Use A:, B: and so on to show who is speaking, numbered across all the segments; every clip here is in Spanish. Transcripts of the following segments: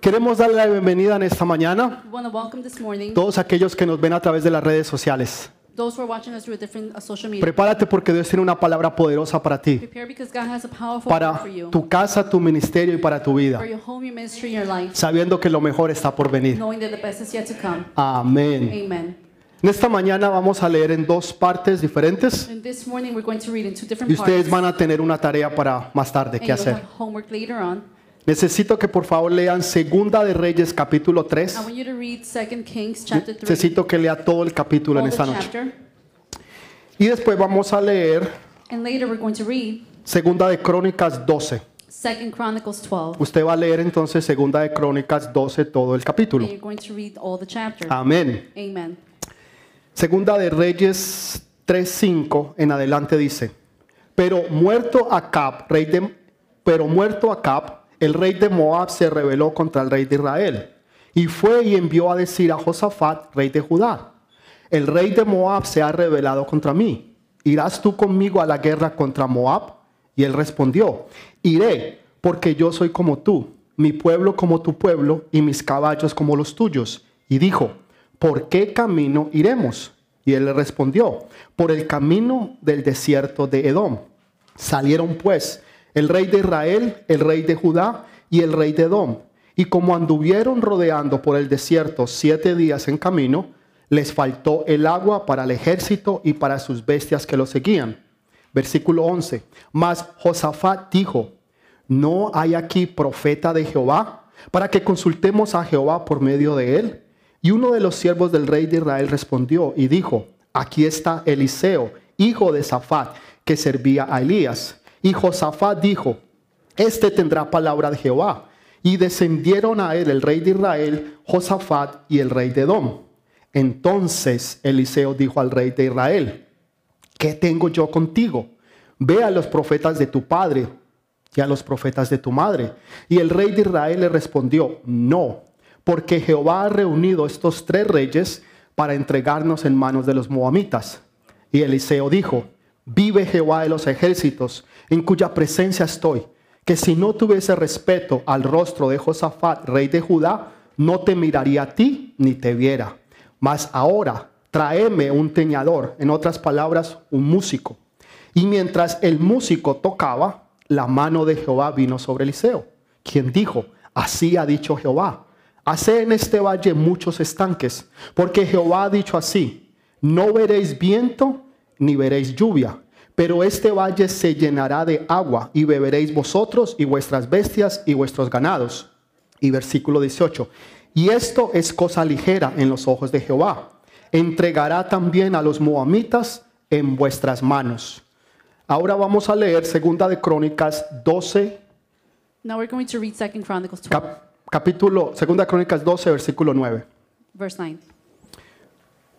A: Queremos darle la bienvenida en esta mañana
B: We want to welcome this morning
A: a todos aquellos que nos ven a través de las redes sociales.
B: those who are watching us through a different uh, social media.
A: Prepárate porque Dios tiene una palabra poderosa para ti,
B: Prepare because God has a powerful word
A: para
B: for you,
A: tu casa, tu ministerio y para tu vida,
B: for your home, your ministry, your life,
A: sabiendo que lo mejor está por venir.
B: knowing that the best is yet to come.
A: Amén.
B: Amen.
A: En esta mañana vamos a leer en dos partes diferentes
B: And this morning we're going to read in two different
A: y ustedes
B: parts.
A: van a tener una tarea para más tarde
B: And
A: que
B: you'll have
A: hacer.
B: homework later on.
A: Necesito que por favor lean Segunda de Reyes capítulo
B: I
A: 3.
B: want you to read 2 Kings chapter 3,
A: Necesito que lea todo el capítulo en
B: all the
A: esta noche.
B: chapter.
A: Y después vamos a leer
B: And later we're going to read
A: Segunda de Crónicas 12.
B: 2 Chronicles 12.
A: Usted va a leer entonces Segunda de Crónicas 12 todo el capítulo.
B: And you're going to read all the chapter.
A: Ah. Amén.
B: Amen.
A: Segunda de Reyes 3:5 en adelante dice: Pero muerto Acab, rey de pero muerto Acab, el rey de Moab se rebeló contra el rey de Israel y fue y envió a decir a Josafat, rey de Judá: El rey de Moab se ha rebelado contra mí. ¿Irás tú conmigo a la guerra contra Moab? Y él respondió: Iré, porque yo soy como tú, mi pueblo como tu pueblo y mis caballos como los tuyos. Y dijo: ¿por qué camino iremos? Y él le respondió, por el camino del desierto de Edom. Salieron pues el rey de Israel, el rey de Judá y el rey de Edom. Y como anduvieron rodeando por el desierto siete días en camino, les faltó el agua para el ejército y para sus bestias que lo seguían. Versículo 11. Mas Josafat dijo, ¿no hay aquí profeta de Jehová para que consultemos a Jehová por medio de él? Y uno de los siervos del rey de Israel respondió y dijo, aquí está Eliseo, hijo de Safat, que servía a Elías. Y Josafat dijo, este tendrá palabra de Jehová. Y descendieron a él el rey de Israel, Josafat y el rey de Edom. Entonces Eliseo dijo al rey de Israel, ¿qué tengo yo contigo? Ve a los profetas de tu padre y a los profetas de tu madre. Y el rey de Israel le respondió, no, porque Jehová ha reunido estos tres reyes para entregarnos en manos de los moamitas. Y Eliseo dijo, vive Jehová de los ejércitos, en cuya presencia estoy, que si no tuviese respeto al rostro de Josafat, rey de Judá, no te miraría a ti ni te viera. Mas ahora tráeme un teñador, en otras palabras, un músico. Y mientras el músico tocaba, la mano de Jehová vino sobre Eliseo, quien dijo, así ha dicho Jehová, hace en este valle muchos estanques, porque Jehová ha dicho así, no veréis viento ni veréis lluvia, pero este valle se llenará de agua y beberéis vosotros y vuestras bestias y vuestros ganados. Y versículo 18, y esto es cosa ligera en los ojos de Jehová, entregará también a los moamitas en vuestras manos. Ahora vamos a leer Segunda de Crónicas 12,
B: Now we're going to read 2 Chronicles 12,
A: cap- capítulo, Segunda de Crónicas 12, versículo 9.
B: verse 9.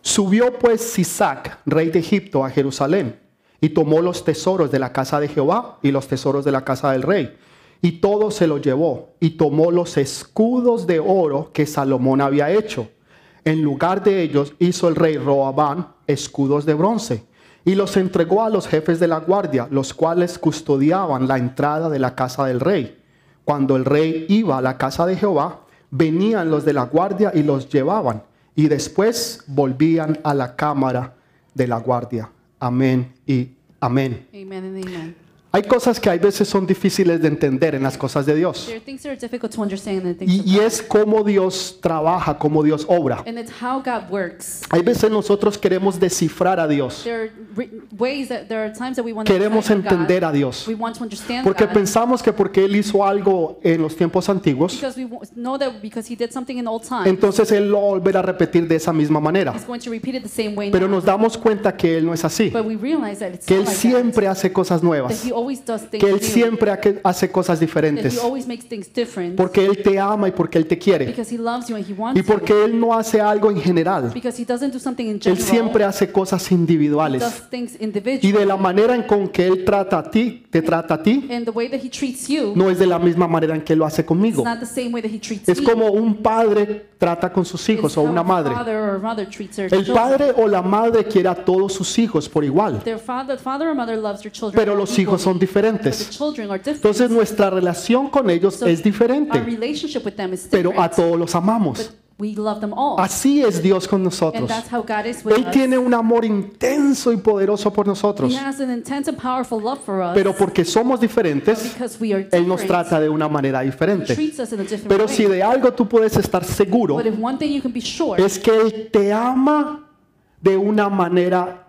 A: Subió pues Sisac, rey de Egipto, a Jerusalén, y tomó los tesoros de la casa de Jehová y los tesoros de la casa del rey, y todo se lo llevó, y tomó los escudos de oro que Salomón había hecho. En lugar de ellos hizo el rey Roabán escudos de bronce, y los entregó a los jefes de la guardia, los cuales custodiaban la entrada de la casa del rey. Cuando el rey iba a la casa de Jehová, venían los de la guardia y los llevaban, y después volvían a la cámara de la guardia. Amén y amén.
B: Amen and amen.
A: Hay cosas que hay veces son difíciles de entender en las cosas de Dios.
B: There are things that are difficult to understand and things
A: Y, y es cómo Dios trabaja, cómo Dios obra.
B: and it's how God works.
A: Hay veces nosotros queremos descifrar a Dios,
B: There are ri- ways that there are times that we want to
A: queremos
B: understand
A: entender a
B: God.
A: Dios.
B: We want to understand
A: Porque
B: God
A: pensamos que porque Él hizo algo en los tiempos antiguos,
B: because we wa- know that because He did something in old time,
A: entonces Él lo volverá a repetir de esa misma manera.
B: He's going to repeat it the same way.
A: Pero
B: now.
A: nos damos cuenta que Él no es así,
B: But we realize that it's
A: que
B: not
A: Él
B: like
A: siempre hace cosas
B: that, that
A: nuevas,
B: He always does things
A: que Él
B: new,
A: siempre hace- hace cosas
B: that He
A: diferentes,
B: always makes things different
A: porque Él te ama y porque Él te quiere,
B: because He loves you and He wants
A: y porque Él no hace algo en
B: you.
A: general,
B: Because He doesn't do something in
A: Él
B: general.
A: siempre hace cosas
B: He does
A: individuales.
B: things
A: Y
B: individually.
A: de la manera en con que Él trata a ti, te trata a ti,
B: And the way that He treats you
A: no es de la misma manera en que Él lo hace
B: is
A: conmigo.
B: not the same way that He treats
A: Es
B: me.
A: como un padre trata con sus
B: It's
A: hijos o
B: how
A: una
B: a
A: madre.
B: father or a mother treats their
A: El
B: children.
A: padre o la madre quiere a todos sus hijos por igual,
B: Their father, father or mother loves their children.
A: pero los hijos son son
B: The
A: diferentes.
B: children are different.
A: Entonces nuestra relación con ellos es
B: Our
A: diferente,
B: relationship with them is
A: pero a
B: different.
A: todos los
B: But
A: amamos.
B: we love them all.
A: Así es Dios con
B: And
A: nosotros.
B: that's how God is with
A: Él tiene
B: us.
A: un amor intenso y poderoso por
B: He
A: nosotros,
B: has an intense and powerful love for us.
A: pero porque somos diferentes,
B: because we are
A: Él nos
B: different,
A: trata de una manera
B: He
A: diferente.
B: treats us in a different
A: Pero
B: way.
A: si de algo tú puedes estar seguro,
B: but if one thing you can be sure
A: es que Él te ama de una manera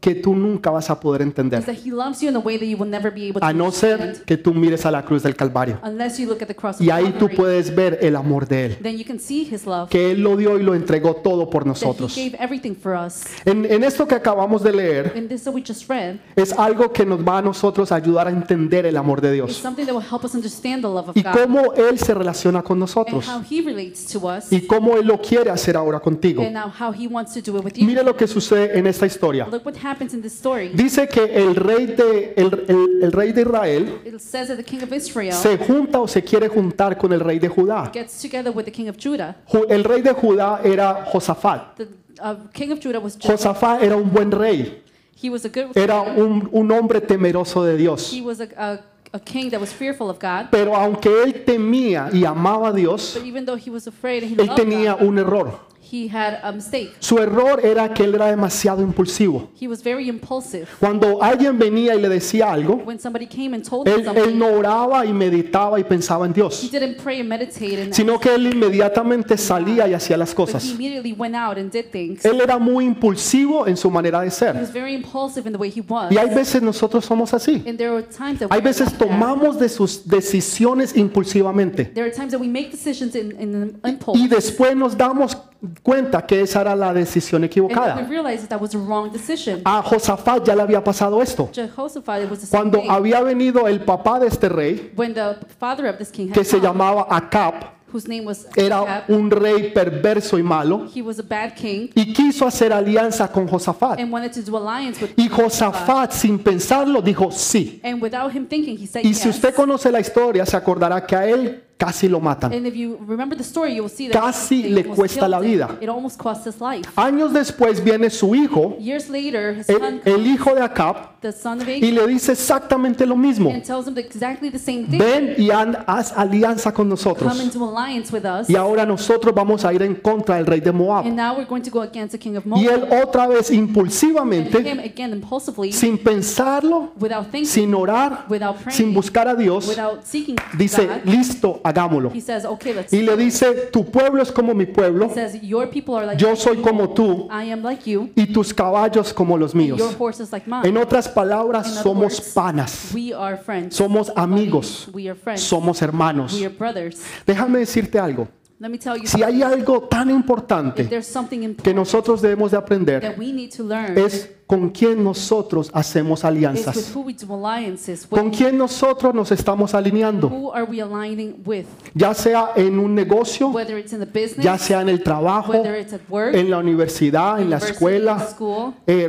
A: que tú nunca vas a poder
B: is
A: entender,
B: that He loves you in a way that you will never be able to
A: a no ser
B: understand
A: que tú mires a la cruz del Calvario.
B: unless you look at the cross of
A: Y ahí tú
B: Calvary.
A: puedes ver el amor de Él,
B: Then you can see His love
A: que Él lo dio y lo entregó todo por
B: that He
A: nosotros.
B: gave everything for us.
A: En, en esto que acabamos de leer,
B: And this that we just read
A: es algo que nos va a nosotros a ayudar a entender el amor de
B: is
A: Dios
B: something that will help us understand the love of
A: y
B: God
A: cómo Él se relaciona con
B: and
A: nosotros
B: how He relates to us
A: y cómo Él lo quiere hacer ahora contigo.
B: and now how He wants to do it with you.
A: Mire lo que sucede en esta historia.
B: Look what happens in this story.
A: Dice que el rey de, el- el- el rey de Israel
B: It says that the king of Israel
A: se junta o se quiere juntar con el rey de Judá.
B: gets together with the king of Judah.
A: Ju- El rey de Judá era Josafat.
B: The uh, king of Judah was Judah.
A: Josafat era un buen rey,
B: He was a good
A: era un, un hombre temeroso de Dios.
B: He was a, a, a king that was fearful of God,
A: Pero aunque él temía y amaba a Dios,
B: but even though he was afraid and he
A: él
B: loved
A: tenía
B: God,
A: un error.
B: he had a mistake.
A: Su error era que él era demasiado impulsivo.
B: He was very impulsive.
A: Cuando alguien venía y le decía algo,
B: When somebody came and told him
A: él, él
B: something,
A: no oraba y meditaba y pensaba en
B: he
A: Dios,
B: didn't pray and meditate, and
A: sino que él inmediatamente salía y hacía las
B: but he
A: cosas.
B: immediately went out and did things. He
A: Él era muy impulsivo en su manera de ser.
B: was very impulsive in the way he was.
A: Y hay veces nosotros somos así.
B: And there are times that
A: Hay
B: we
A: veces tomamos de sus decisiones impulsivamente
B: there are times that we make decisions in, in an impulse,
A: y después nos damos cuenta que esa era la decisión
B: and then we
A: equivocada. Ah.
B: realize that that was a wrong decision.
A: A Josafat ya le había pasado esto.
B: Jehoshaphat it was the same
A: Cuando
B: thing.
A: había venido el papá de este rey,
B: when the father of this king had
A: que se
B: come,
A: llamaba Acab,
B: whose name was
A: era
B: Ahab,
A: un rey perverso y malo,
B: he was a bad king.
A: y quiso hacer alianza con Josafat.
B: and wanted to do alliance with
A: Y Josafat, sin pensarlo, dijo sí.
B: and without him thinking he said
A: Y si
B: yes.
A: usted conoce la historia, se acordará que a él casi lo matan.
B: and if you remember the story you will see that
A: Casi
B: they
A: le
B: almost
A: cuesta
B: killed
A: la
B: him.
A: vida.
B: it almost cost his life
A: Años después viene su hijo,
B: years later his
A: el,
B: son
A: el hijo de Acab,
B: the son of
A: y
B: Ahab
A: le dice exactamente lo mismo.
B: and tells him exactly the same thing
A: Ven y han- haz alianza con
B: come and
A: nosotros.
B: do alliance with us
A: Y ahora nosotros vamos a ir en contra del rey de Moab.
B: and now we're going to go against the king of
A: Y
B: Moab
A: él otra vez
B: and
A: impulsivamente,
B: him again impulsively
A: sin pensarlo,
B: without thinking
A: sin orar,
B: without praying
A: sin buscar a Dios,
B: without seeking
A: dice,
B: God
A: listo, hagámoslo.
B: he says okay let's
A: Y le dice, tu pueblo es como mi pueblo,
B: he says your people are like
A: yo soy como tú
B: I am like you
A: y tus caballos como los
B: and your
A: míos.
B: horse is like mine
A: En otras palabras,
B: In other
A: somos
B: words,
A: panas,
B: we are friends
A: somos amigos,
B: we are friends
A: somos hermanos.
B: We are brothers.
A: Déjame decirte algo.
B: Let me tell you,
A: Si hay algo tan
B: if
A: importante
B: there's something
A: que
B: important
A: nosotros debemos de aprender
B: that we need to learn,
A: es con quién nosotros hacemos
B: is with
A: alianzas,
B: who we do alliances.
A: con
B: With
A: quién nosotros nos estamos alineando,
B: who are we aligning with?
A: ya sea en un negocio,
B: Whether it's in the
A: ya
B: business,
A: sea en el trabajo,
B: pues, whether it's at work,
A: en la universidad, en la
B: university,
A: escuela,
B: school,
A: eh,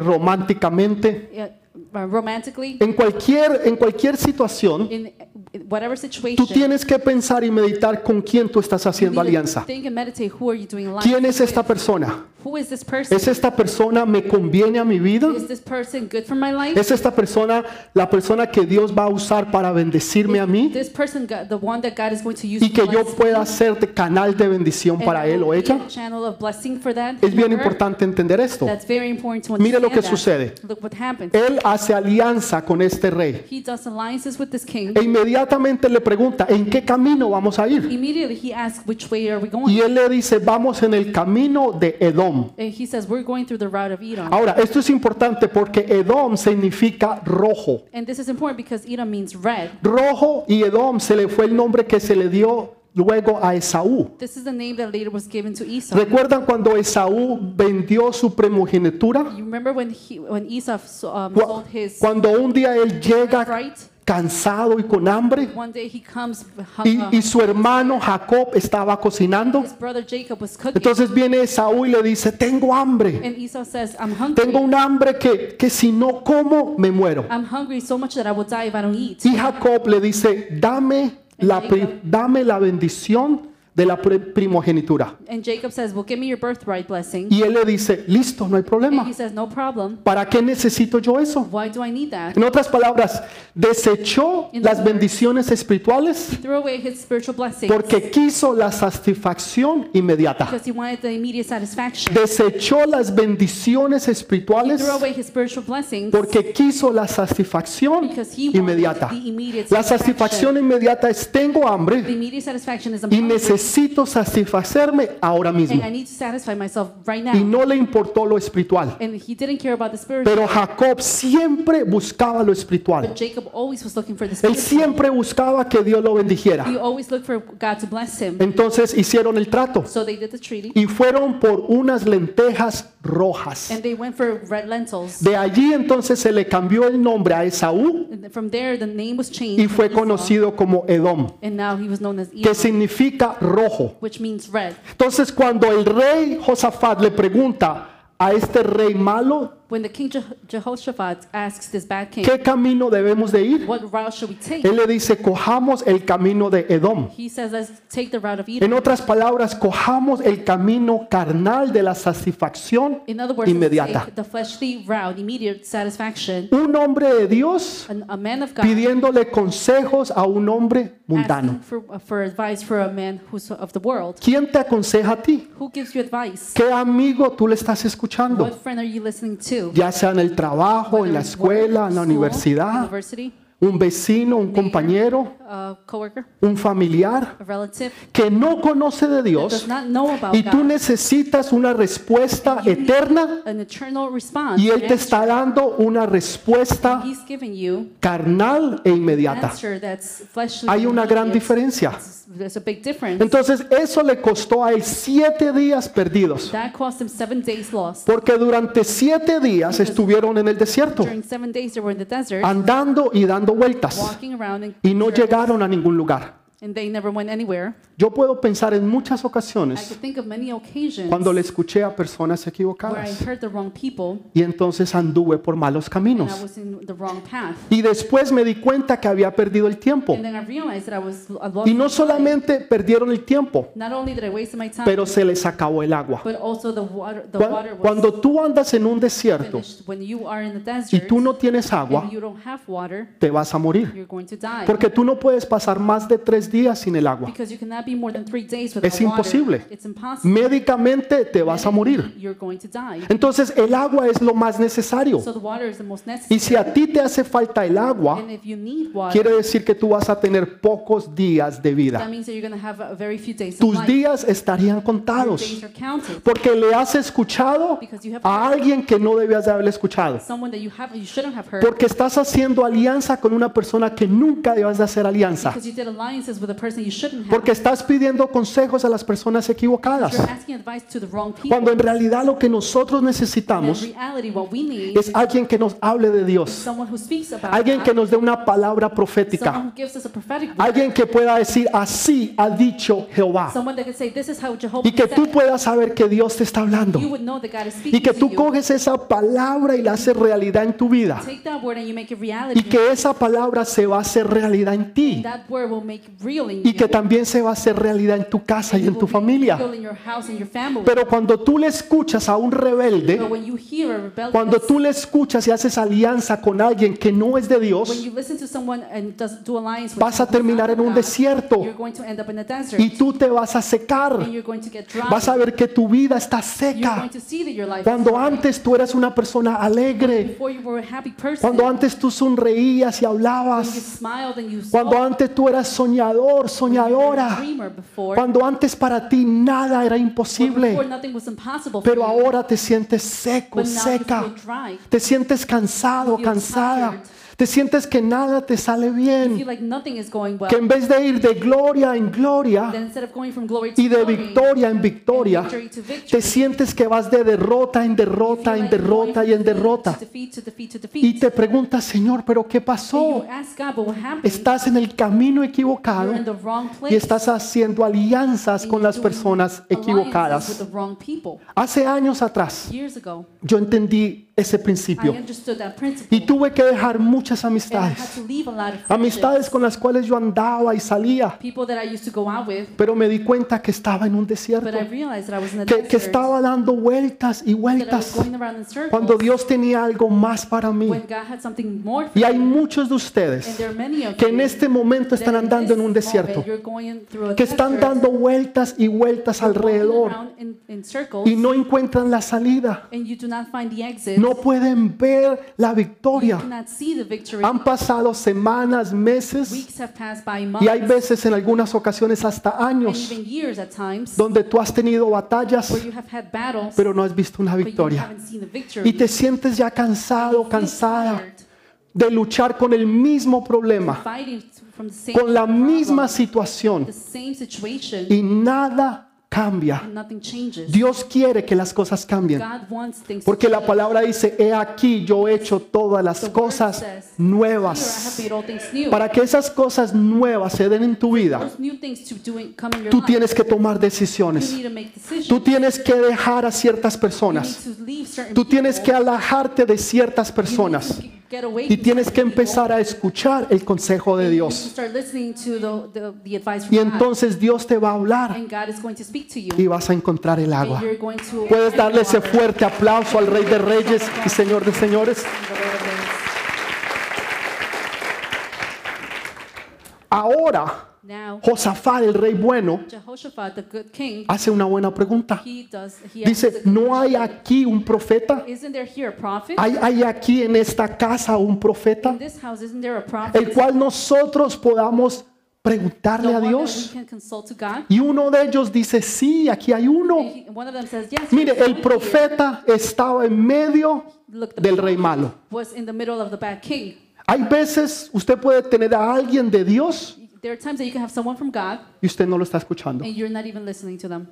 A: románticamente,
B: yeah, uh, romantically,
A: en cualquier, en cualquier situación,
B: in in whatever situation.
A: tú tienes que pensar y meditar con quién tú estás
B: you
A: haciendo
B: need to
A: alianza.
B: Think and meditate. Who are you doing alliance?
A: ¿Quién es esta
B: with?
A: persona?
B: Who is this person?
A: ¿Es esta persona me conviene a mi vida?
B: Is this person good for my life?
A: ¿Es esta persona la persona que Dios va a usar para bendecirme a mí
B: This person, God- the one that God is going to use
A: y
B: to
A: que yo
B: bless
A: pueda ser de canal de bendición
B: and
A: para
B: I
A: él
B: will
A: o
B: be
A: ella?
B: a Channel of blessing for that.
A: Es bien
B: for her.
A: importante entender esto.
B: That's very important to
A: Mire lo que
B: understand that.
A: sucede.
B: Look what happens.
A: Él hace alianza con este rey
B: He does alliances with this king.
A: e inmediatamente le pregunta, ¿en qué camino vamos a ir?
B: Immediately he asks, which way are we
A: Y
B: going?
A: él le dice, vamos en el camino de Edom.
B: And he says, we're going through the route of Edom.
A: Ahora, esto es importante porque Edom significa rojo.
B: And this is important because Edom means red.
A: Rojo y Edom se le fue el nombre que se le dio luego a Esaú.
B: This is the name that later was given to Esau.
A: ¿Recuerdan cuando Esaú vendió su primogenitura?
B: You remember when he, when Esau so- um,
A: Cu-
B: sold his
A: Cuando un día él llega
B: right?
A: cansado y con hambre
B: One day he comes,
A: y,
B: uh,
A: y su hermano Jacob estaba cocinando.
B: his brother Jacob was cooking.
A: Entonces viene Esaú y le dice, tengo hambre,
B: and Esau says, I'm hungry.
A: tengo un hambre que, que si no como me muero.
B: I'm hungry so much that I will die if I don't eat.
A: Y Jacob le dice, dame la, pri- dame la bendición de la pri- primogenitura.
B: And Jacob says, Well, give me your birthright blessing.
A: Y él le dice, listo, no hay
B: And
A: problema.
B: he says, No problem.
A: ¿Para qué necesito yo eso?
B: Why do I need that?
A: En otras palabras, desechó las bendiciones espirituales
B: Throw away his spiritual blessings
A: porque quiso la satisfacción inmediata.
B: because he wanted the immediate satisfaction.
A: Desechó las bendiciones
B: He
A: espirituales
B: threw away his spiritual blessings
A: porque quiso la satisfacción
B: because he
A: inmediata.
B: wanted the immediate
A: La satisfacción
B: satisfaction.
A: inmediata es tengo
B: The
A: hambre
B: immediate satisfaction is
A: y
B: hungry,
A: necesito satisfacerme ahora
B: and
A: mismo.
B: I need to satisfy myself right
A: Y
B: now.
A: no le importó lo espiritual.
B: And he didn't care about the spiritual.
A: Pero Jacob siempre buscaba lo espiritual.
B: But Jacob always was looking for the
A: Él
B: spiritual.
A: siempre buscaba que Dios lo bendijera.
B: He always looked for God to bless him.
A: Entonces hicieron el trato
B: So they did the treaty
A: y fueron por unas lentejas rojas.
B: and they went for red lentils.
A: De allí entonces se le cambió el nombre a Esaú
B: And from there, the name was changed.
A: y fue
B: to Esau,
A: conocido como Edom,
B: And now he was known as Edom,
A: que significa rojo.
B: which means red.
A: Entonces cuando el rey Josafat le pregunta a este rey malo,
B: When the king Je- Jehoshaphat asks this bad king,
A: ¿qué camino debemos de ir?
B: What route should we take?
A: Él le dice, cojamos el camino de Edom.
B: He says, Let's take the route of
A: En
B: Edom.
A: otras palabras, cojamos el camino carnal de la satisfacción
B: In other words, let's
A: inmediata.
B: take the fleshly route, immediate satisfaction.
A: Un hombre de Dios
B: An- a man of God
A: pidiéndole consejos a un hombre
B: asking
A: mundano.
B: for, uh, for advice for a man who's of the world.
A: ¿Quién te aconseja a ti?
B: Who gives you advice?
A: ¿Qué amigo tú le estás escuchando?
B: What friend are you listening to?
A: Ya sea en el trabajo, en la escuela, en la
B: School,
A: universidad,
B: university,
A: un vecino, un compañero,
B: a coworker,
A: un familiar
B: a relative
A: que no conoce de
B: that does
A: Dios
B: not know about
A: y tú
B: God.
A: necesitas una respuesta eterna
B: An eternal response.
A: y Él te
B: and
A: está dando una respuesta
B: He's giving you
A: carnal e
B: an
A: inmediata.
B: answer that's fleshly.
A: Hay una gran
B: immediate.
A: diferencia.
B: There's a big difference.
A: Entonces eso le costó a él siete días perdidos.
B: That cost them seven days lost.
A: Porque durante siete días estuvieron en el desierto,
B: During seven days they were in the desert,
A: andando y dando vueltas,
B: walking around, and,
A: y no llegaron a ningún lugar.
B: and they never went anywhere.
A: Yo puedo pensar en muchas
B: I
A: ocasiones
B: could think of many occasions
A: cuando le escuché a personas
B: where I
A: equivocadas
B: heard the wrong people
A: y entonces anduve por malos
B: and I
A: caminos.
B: was in the wrong path.
A: Y después me di cuenta que había perdido el tiempo.
B: And then I realized that I was I lost
A: Oh. Y no
B: my time.
A: solamente perdieron el tiempo,
B: Not only did I waste my time,
A: pero se les acabó el agua.
B: but also the water, Pues the water
A: Cu-
B: was
A: Cuando tú andas en un desierto
B: finished. When you are in the
A: y
B: desert
A: tú no tienes agua,
B: and you don't have water,
A: te vas a morir.
B: you're going to die.
A: Porque tú no puedes pasar más de tres días sin el agua.
B: because you cannot be more than three days without
A: Es imposible.
B: water. It's impossible.
A: Médicamente te vas a morir.
B: You're going to die.
A: Entonces el agua es lo más necesario.
B: So the water is the most necessary.
A: Y si a ti te hace falta el agua,
B: And if you need water,
A: quiere decir que tú vas a tener pocos días de
B: that
A: vida.
B: means that you're going to have uh, very few days of
A: Tus
B: life.
A: días estarían
B: Your
A: contados.
B: days are counted.
A: Porque le has escuchado a alguien que no debías de haberle escuchado.
B: Someone that you have, you shouldn't have heard.
A: Porque estás haciendo alianza con una persona que nunca debas de hacer alianza.
B: Because you did alliances with a person you shouldn't have.
A: Porque estás pidiendo consejos a las personas equivocadas.
B: You're asking advice to the wrong people.
A: Cuando en realidad lo que nosotros
B: In
A: necesitamos
B: reality, what we need
A: es alguien que nos hable de Dios.
B: someone who speaks about
A: Alguien que
B: God,
A: nos dé una palabra
B: someone
A: profética.
B: who gives us a prophetic word,
A: Alguien que pueda decir, así ha dicho Jehová.
B: someone that can say, "This is how Jehovah
A: Ah. Y que
B: said
A: tú
B: it."
A: puedas saber que Dios te está hablando.
B: You would know that God is speaking
A: Y que
B: to
A: tú
B: you.
A: coges esa palabra y la haces realidad en tu vida.
B: Take that word and you make it reality.
A: Y que esa palabra se va a hacer realidad en ti.
B: that word will make real in
A: Y
B: you.
A: que también se va a hacer realidad en tu casa y
B: It
A: en
B: will
A: tu
B: be
A: familia.
B: real in your house and your family.
A: Pero cuando tú le escuchas a un rebelde,
B: But when you hear a rebellious,
A: Cuando tú le escuchas y haces alianza con alguien que no es de
B: when
A: Dios,
B: you listen to someone and does, do alliance with
A: vas a
B: someone who's
A: terminar
B: not
A: en un
B: God,
A: desierto.
B: You're going to end up in a desert.
A: y tú te vas a
B: and
A: secar.
B: you're going to get dry.
A: Vas a ver que tu vida está
B: you're
A: seca.
B: going to see that your life
A: Cuando antes tú eras una persona alegre,
B: before you were a happy person.
A: cuando antes tú sonreías y
B: when you
A: hablabas,
B: smiled and you
A: cuando
B: spoke,
A: antes tú eras soñador,
B: you were a
A: soñadora,
B: dreamer before.
A: cuando antes para ti nada era
B: Before
A: imposible,
B: nothing was impossible for
A: pero
B: you,
A: ahora te sientes seco,
B: but now you
A: seca.
B: feel dry.
A: Te sientes cansado, cansada. Te sientes que nada te sale
B: You
A: bien.
B: feel like nothing is going well.
A: que en vez de ir de gloria en gloria
B: Then instead of going from glory to
A: y de
B: glory,
A: victoria en victoria,
B: victory to
A: te
B: victory,
A: sientes que vas de derrota en
B: you feel
A: derrota en
B: like going
A: derrota
B: from
A: y en
B: defeat to
A: derrota.
B: defeat to defeat to
A: Y
B: defeat.
A: te preguntas, Señor, ¿pero qué
B: And you
A: pasó?
B: ask God, but what happened?
A: Estás en el camino equivocado
B: You're in the wrong place.
A: y estás haciendo alianzas
B: and
A: con
B: you're
A: las
B: doing
A: personas
B: alliances with
A: equivocadas.
B: the wrong people.
A: Hace años atrás
B: Years ago,
A: yo entendí ese
B: I
A: principio.
B: understood that
A: Y
B: principle.
A: tuve que dejar muchas
B: And I had
A: amistades.
B: to leave a lot of
A: Amistades
B: friendships.
A: con las cuales yo andaba y salía.
B: people that I used to go out with,
A: Pero me di cuenta que estaba en un desierto.
B: but I realized that I was in the
A: Que, que
B: desert,
A: estaba dando vueltas y
B: that I was
A: vueltas.
B: going around in circles
A: Cuando Dios tenía algo más para mí.
B: when God had something more for
A: Y hay
B: me.
A: muchos de
B: And
A: ustedes
B: there are many of
A: que
B: you
A: en este momento
B: that
A: están
B: in
A: andando en
B: this
A: un desierto.
B: moment you're going through a
A: Que están
B: desert,
A: dando vueltas y vueltas
B: you're going
A: alrededor.
B: around in- in circles,
A: Y no encuentran la salida.
B: and you do not find the exit.
A: No pueden ver la
B: you
A: victoria.
B: cannot see the victory.
A: Han pasado semanas, meses
B: Weeks have passed by, months,
A: y hay veces en algunas ocasiones hasta
B: and
A: años
B: even years at times,
A: donde tú has tenido batallas
B: where you have had battles,
A: pero no has visto una
B: but you
A: victoria
B: haven't seen the victory.
A: y te sientes ya cansado,
B: You're
A: cansada
B: tired,
A: de luchar con el mismo problema,
B: fighting from the same
A: con la
B: problem,
A: misma
B: the
A: situación
B: same situation,
A: y nada cambia.
B: and nothing changes.
A: Dios quiere que las cosas cambien
B: God wants things to
A: porque la
B: change.
A: palabra dice, he aquí yo he hecho todas las
B: The word
A: cosas
B: says, Here, I have
A: nuevas.
B: made all things new.
A: Para que esas cosas nuevas se den en tu vida,
B: Those new things to do and come in your
A: tú
B: life.
A: tienes que tomar
B: you
A: decisiones.
B: need to make decisions.
A: Tú tienes que dejar a ciertas
B: you
A: personas.
B: need to leave certain
A: Tú tienes que
B: people.
A: alejarte de ciertas
B: You need
A: personas
B: to get away
A: y
B: from
A: tienes que
B: certain
A: empezar a escuchar el consejo de
B: people. You
A: Dios.
B: need to start listening to the, the, the advice from
A: Y
B: God.
A: entonces Dios te va a hablar
B: and God is going to speak to you.
A: y vas a encontrar el
B: and
A: agua.
B: you're going to
A: Puedes darle ese fuerte aplauso al Rey de Reyes y Señor de Señores. Ahora,
B: Now,
A: Josafat, el rey bueno,
B: Jehoshaphat, the good king,
A: hace una buena pregunta.
B: he does. He
A: Ah. Dice,
B: asks-
A: ¿no hay aquí un profeta?
B: Isn't there here a prophet?
A: ¿Hay, hay aquí en esta casa un
B: in
A: profeta?
B: this house, isn't there a prophet?
A: El cual nosotros podamos preguntarle a
B: Someone that
A: Dios.
B: we can consult to God?
A: Y uno de ellos dice, sí, aquí hay uno.
B: And he- one of them says, yes,
A: Mire,
B: there's
A: el
B: one
A: profeta estaba en medio
B: here. Look, the
A: del rey malo.
B: was in the middle of the bad king.
A: Hay veces usted puede tener a alguien de Dios
B: There are times that you can have someone from God
A: y usted no lo está escuchando.
B: and you're not even listening to them.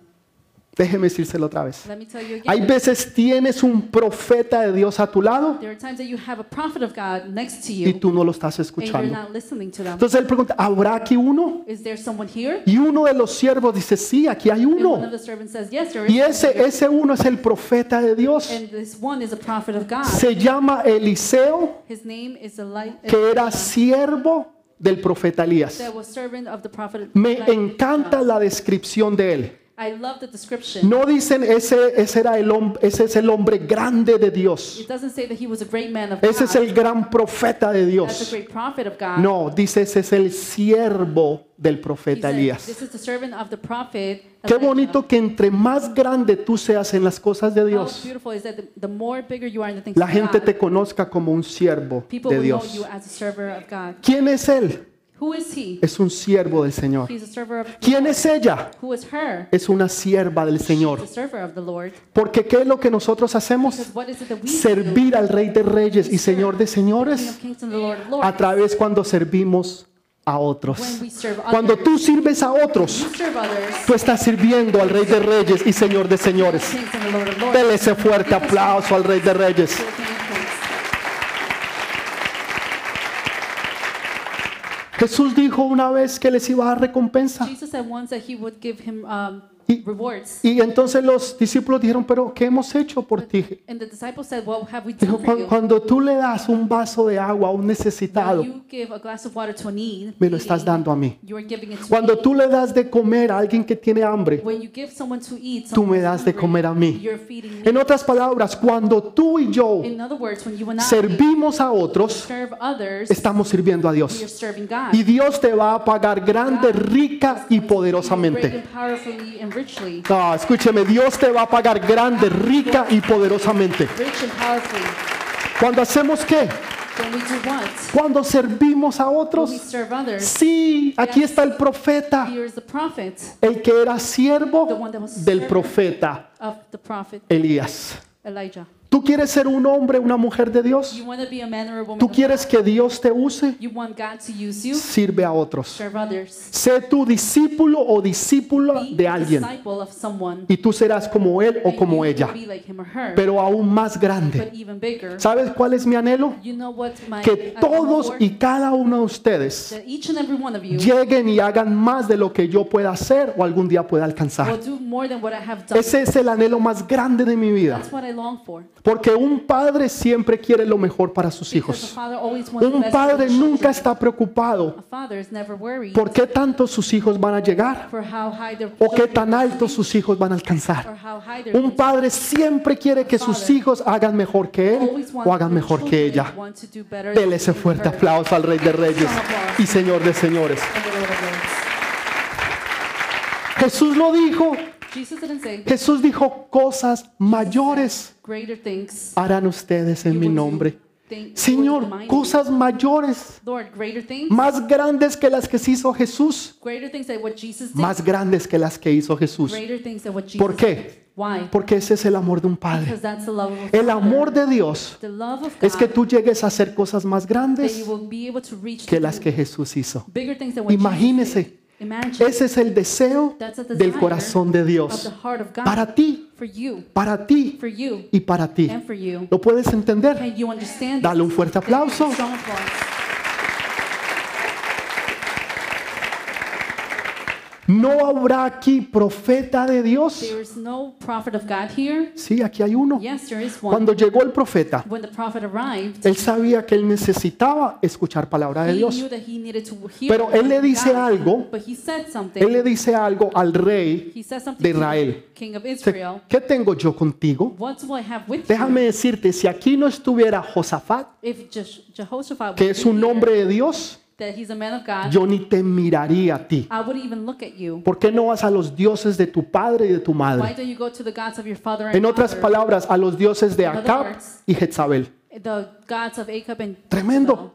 A: Déjeme decírselo otra vez.
B: Let me tell you
A: Hay
B: again.
A: veces tienes un profeta de Dios a tu lado
B: There are times that you have a prophet of God next to
A: y
B: you
A: tú no lo estás
B: and you're
A: escuchando.
B: not listening to them.
A: Entonces él pregunta, ¿habrá aquí uno?
B: Is there someone here?
A: Y uno de los siervos dice, sí, aquí hay
B: And one of
A: uno.
B: the servants says, yes, there is.
A: Y ese, ese uno es el profeta de Dios.
B: And this one is a prophet of God.
A: Se llama Eliseo,
B: His name is Eli-
A: que era siervo del profeta Elías.
B: that was servant of the prophet.
A: Me
B: Elijah.
A: encanta la descripción de él.
B: I love the description.
A: No dicen ese, ese era el hom- ese es el hombre grande de Dios.
B: It doesn't say that he was a great man of
A: Ese es
B: God.
A: el gran profeta de
B: That's a
A: Dios.
B: great prophet of God.
A: No, dice ese es el siervo del
B: He
A: profeta
B: said,
A: Elías.
B: This is the servant of the prophet.
A: Qué
B: Elijah."
A: bonito que entre más grande tú seas en las cosas de
B: How
A: Dios,
B: beautiful is that the, the more bigger you are in the things
A: la
B: of
A: gente
B: God,
A: te conozca como un siervo
B: people
A: de
B: will know
A: Dios.
B: you as a server of God.
A: ¿Quién es él?
B: Who is he?
A: Es un siervo del Señor.
B: He's a server of
A: ¿Quién es ella?
B: Who is her?
A: Es una sierva del
B: The
A: Señor.
B: server of the Lord.
A: Porque ¿qué es lo que nosotros hacemos?
B: Because what is it that we do?
A: Servir al Rey de Reyes y Señor de
B: King
A: Señores.
B: of kings and the Lord of
A: a
B: lords.
A: través cuando servimos a otros.
B: When we serve others,
A: Cuando tú sirves a otros,
B: you serve others.
A: tú estás sirviendo al Rey de Reyes y Señor de Señores.
B: Kings and the Lord of lords.
A: Dele ese fuerte aplauso al Rey de Reyes.
B: You're the King of kings.
A: Jesús dijo una vez que les iba a dar recompensa.
B: Jesus said once that he would give him um,
A: Y-
B: rewards.
A: Y entonces los discípulos dijeron, pero ¿qué hemos hecho por ti?
B: And the disciples said, What have we
A: Dijo,
B: done for
A: "Cu-
B: you?
A: cuando tú le das un vaso de agua a un
B: When
A: necesitado,
B: you give a glass of water to a need,
A: me lo estás
B: needy,
A: dando a mí.
B: You are giving it to
A: Cuando
B: me.
A: tú le das de comer a alguien que tiene hambre,
B: When you give someone to eat,
A: tú me
B: someone
A: das
B: who's
A: de
B: hungry,
A: comer a mí.
B: You're feeding me.
A: En otras palabras, cuando tú y yo
B: In other words, when you and I
A: servimos a otros,
B: serve others,
A: estamos sirviendo a
B: we are
A: Dios.
B: serving God.
A: Y Dios te va a pagar grande, rica y
B: Great
A: poderosamente.
B: and powerfully and richly.
A: Ah, escúcheme, Dios te va a pagar grande, rica y poderosamente.
B: Rich and powerfully.
A: Cuando hacemos qué?
B: When we do what?
A: Cuando servimos a
B: When we
A: otros.
B: serve others,
A: Sí, aquí está el profeta,
B: here is the prophet
A: el que era siervo del profeta
B: of the prophet
A: Elías.
B: Elijah.
A: ¿Tú quieres ser un hombre, una mujer de Dios?
B: You want to be a man or a woman.
A: ¿Tú
B: of-
A: quieres que Dios te use?
B: You want God to use you.
A: Sirve a otros.
B: Serve others.
A: Sé tu discípulo o discípula
B: Be
A: de
B: a
A: alguien.
B: disciple of someone.
A: y tú serás como él o
B: And you
A: como
B: will
A: ella,
B: Be like him or her,
A: pero aún más grande.
B: but even bigger.
A: ¿Sabes cuál es mi anhelo?
B: You know what my
A: Que
B: I
A: todos
B: hope for?
A: y cada uno de ustedes
B: that each and every one of you
A: lleguen y hagan más de lo que yo pueda hacer o algún día pueda alcanzar.
B: will do more than what I have done.
A: Ese es el anhelo más grande de mi vida.
B: That's what I long for.
A: Porque un padre siempre quiere lo mejor para sus
B: Because a
A: hijos.
B: father always wants the
A: Un
B: best for
A: padre
B: his
A: nunca
B: children.
A: está preocupado
B: A father is never worried
A: por qué tanto sus hijos van a llegar
B: for how high their
A: o qué
B: children
A: tan
B: will
A: alto
B: be
A: sus hijos van a alcanzar.
B: or how high their
A: Un padre siempre quiere que sus hijos hagan mejor que él
B: always
A: o hagan
B: their
A: mejor que
B: children
A: ella.
B: want to do better
A: Dele ese
B: than
A: fuerte
B: her.
A: aplauso al Rey de Reyes y Señor de Señores.
B: And the Lord of Lords.
A: Jesús lo dijo.
B: Jesus didn't say
A: Jesús dijo cosas mayores
B: greater things
A: harán ustedes en
B: you
A: mi
B: will do
A: nombre.
B: thing- towards my
A: Señor,
B: name.
A: cosas mayores,
B: Lord, greater things,
A: más grandes que las que hizo Jesús,
B: greater things than what Jesus did,
A: más grandes que las que hizo Jesús.
B: greater things than what Jesus
A: ¿Por
B: did.
A: qué?
B: Why?
A: Porque ese es el amor de un padre.
B: Because that's the love of a
A: El
B: father.
A: amor de Dios
B: the love of God,
A: es que tú llegues a hacer cosas más
B: that you
A: grandes
B: will be able to reach
A: que
B: to
A: las
B: do
A: que Jesús hizo.
B: bigger things than what Jesus did.
A: Imagínese,
B: Imagine
A: ese es el deseo
B: that's a
A: del
B: desire
A: corazón de
B: of the
A: Dios.
B: heart of God
A: Para ti,
B: for you,
A: para ti
B: for you,
A: y para ti.
B: and for you.
A: ¿Lo puedes entender?
B: Can you understand?
A: Dale
B: this?
A: un fuerte
B: Give him a
A: aplauso.
B: strong applause.
A: No habrá aquí profeta de Dios.
B: There is no prophet of God here.
A: Sí, aquí hay uno.
B: Yes, there is one.
A: Cuando llegó el profeta,
B: When the prophet arrived,
A: él sabía que él necesitaba escuchar palabra de
B: he
A: Dios.
B: knew that he needed to hear
A: Pero
B: the
A: él le
B: word of
A: dice
B: God,
A: algo.
B: But he said something.
A: Él le dice algo al rey.
B: he said something
A: de
B: to the
A: Israel.
B: King of
A: Dice,
B: Israel.
A: ¿Qué tengo yo contigo?
B: What do I have with
A: Déjame
B: you?
A: decirte, si aquí no estuviera Josafat,
B: If Je- Jehoshaphat
A: que
B: would
A: es
B: be
A: un
B: here,
A: hombre de Dios,
B: that he's a man of God,
A: yo ni te miraría a ti.
B: I wouldn't even look at you.
A: ¿Por qué no vas a los dioses de tu padre y de tu
B: Why
A: madre?
B: don't you go to the gods of your father and
A: En otras
B: mother,
A: palabras, a los dioses de
B: In other
A: Acab
B: words,
A: y Jezabel.
B: the gods of Ahab and Jezebel?
A: Tremendo.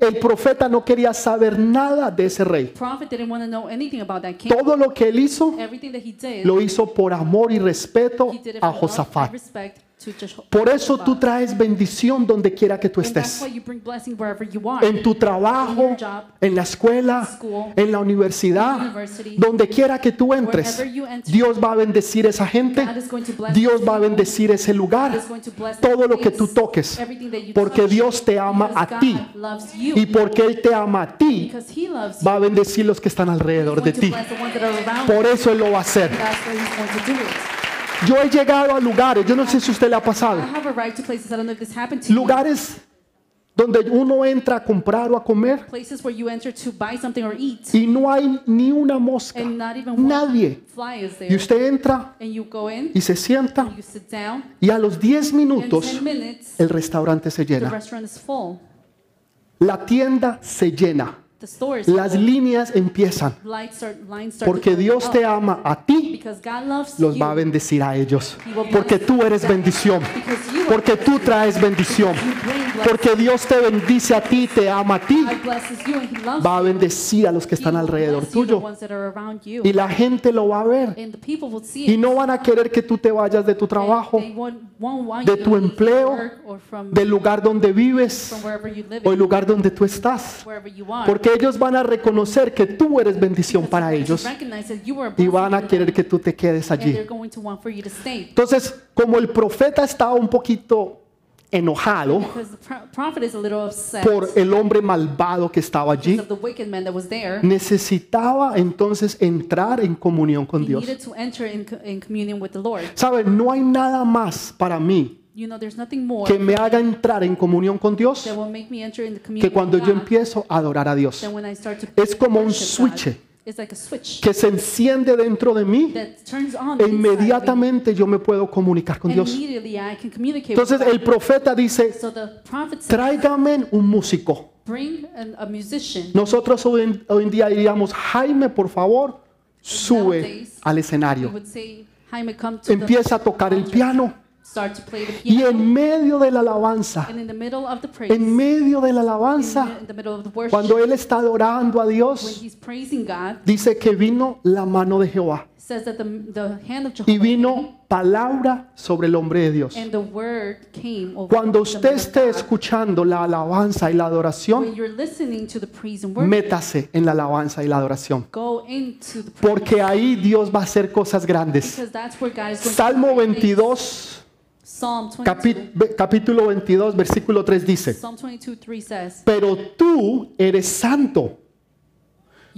A: El profeta no quería saber nada de ese rey.
B: prophet didn't want to know anything about that king.
A: Todo lo que él hizo,
B: Everything that he did,
A: lo hizo por amor y respeto
B: he did it
A: a
B: for love and
A: Josafat.
B: respect to Jeho-
A: Oh, Por eso tú
B: Jehoshaphat.
A: traes bendición donde quiera que tú
B: And that's
A: estés.
B: why you bring blessing wherever you are.
A: en tu trabajo, en la escuela, en la universidad, donde quiera que tú entres, Dios va a bendecir esa gente,
B: God is going to bless
A: Dios va a bendecir ese
B: God
A: lugar,
B: is going to bless
A: todo lo que
B: things,
A: tú toques,
B: everything that you
A: porque
B: touch,
A: Dios te ama
B: because
A: a
B: God
A: ti
B: loves you,
A: y porque Él te ama a ti,
B: because he loves
A: va a bendecir los que están
B: you,
A: alrededor
B: he's
A: de
B: going to
A: ti.
B: bless the ones that are around you.
A: Por eso Él lo va a hacer.
B: That's why he's going to do it.
A: Yo he llegado a lugares, yo no sé si usted le ha pasado,
B: I have arrived to places I don't know if this happened to you.
A: lugares donde uno entra a comprar o a comer
B: Places where you enter to buy something or eat,
A: y no hay ni una mosca,
B: and not even one
A: nadie.
B: fly is there.
A: Y usted entra
B: and you go in,
A: y se sienta
B: you sit down,
A: y a los 10
B: and in
A: minutos
B: 10 minutes,
A: el restaurante se
B: the
A: llena,
B: restaurant is full.
A: la tienda se llena,
B: The store is
A: las
B: full.
A: líneas empiezan,
B: Lights start, lines start
A: porque Dios te ama a ti,
B: Because God loves
A: los
B: you.
A: va a bendecir a ellos, porque tú eres bendición,
B: Because you are
A: porque tú traes bendición,
B: you bring blessing.
A: porque Dios te bendice a ti, te ama a ti,
B: God blesses you and he loves
A: va a bendecir a los que
B: you.
A: están
B: He will
A: alrededor
B: bless you, the
A: tuyo
B: ones that are around you.
A: y la gente lo va a ver
B: And the people will see
A: y
B: it.
A: no van a querer que tú te vayas de tu trabajo,
B: They won't- won't want
A: de
B: you
A: tu
B: to leave
A: empleo,
B: work or from-
A: del lugar donde vives
B: from wherever you live
A: o el
B: in,
A: lugar donde tú estás.
B: wherever you are.
A: Porque ellos van a reconocer que tú eres bendición
B: Because
A: para
B: they
A: ellos
B: recognize that you are a
A: y
B: blessing
A: van a
B: to
A: querer
B: them,
A: que tú te quedes
B: and
A: allí.
B: they're going to want for you to stay.
A: Entonces, como el profeta estaba un poquito enojado
B: Because the pro- prophet is a little upset
A: por el hombre malvado que estaba allí,
B: of the wicked man that was there.
A: necesitaba entonces entrar en comunión con
B: He
A: Dios.
B: needed to enter in, co- in communion with the Lord.
A: Saben, no hay nada más para mí
B: You know, there's nothing more
A: que me haga entrar en comunión con Dios
B: that will make me enter in the communion
A: que cuando
B: with
A: yo
B: God
A: empiezo a adorar a Dios.
B: than when I start to
A: Es como un
B: worship God.
A: switch
B: It's like a switch
A: Que se enciende dentro de mí
B: that turns on
A: e
B: inside me,
A: inmediatamente yo me puedo comunicar con
B: and
A: Dios.
B: immediately I can communicate
A: Entonces
B: with God.
A: el profeta dice,
B: So the prophet said,
A: tráigame un músico.
B: bring an- a musician.
A: Nosotros hoy en, hoy en día diríamos, Jaime, por favor, sube al
B: He
A: escenario.
B: would say, Jaime, come to
A: Empieza a tocar el piano.
B: the, start to play the
A: Y
B: piano.
A: en medio de la alabanza,
B: and in the middle of the praise,
A: en medio de la
B: in, the,
A: alabanza,
B: in the middle of the worship,
A: cuando él está adorando a
B: when
A: Dios,
B: he's praising God,
A: dice que vino la mano de Jehová
B: says that the, the hand of Jehovah
A: y vino palabra sobre el hombre de Dios.
B: and the word came over
A: Cuando
B: the
A: usted
B: man of
A: esté
B: God.
A: escuchando la alabanza y la adoración,
B: When you're listening to the praise and worship,
A: métase en la alabanza y la adoración.
B: go into the praise
A: Porque ahí Dios va a hacer cosas grandes.
B: because that's where God is going
A: Salmo
B: to do great things.
A: 22,
B: Psalm 22,
A: capi- ve- capítulo 22, versículo 3 dice,
B: Psalm 22, 3 says,
A: pero tú eres santo,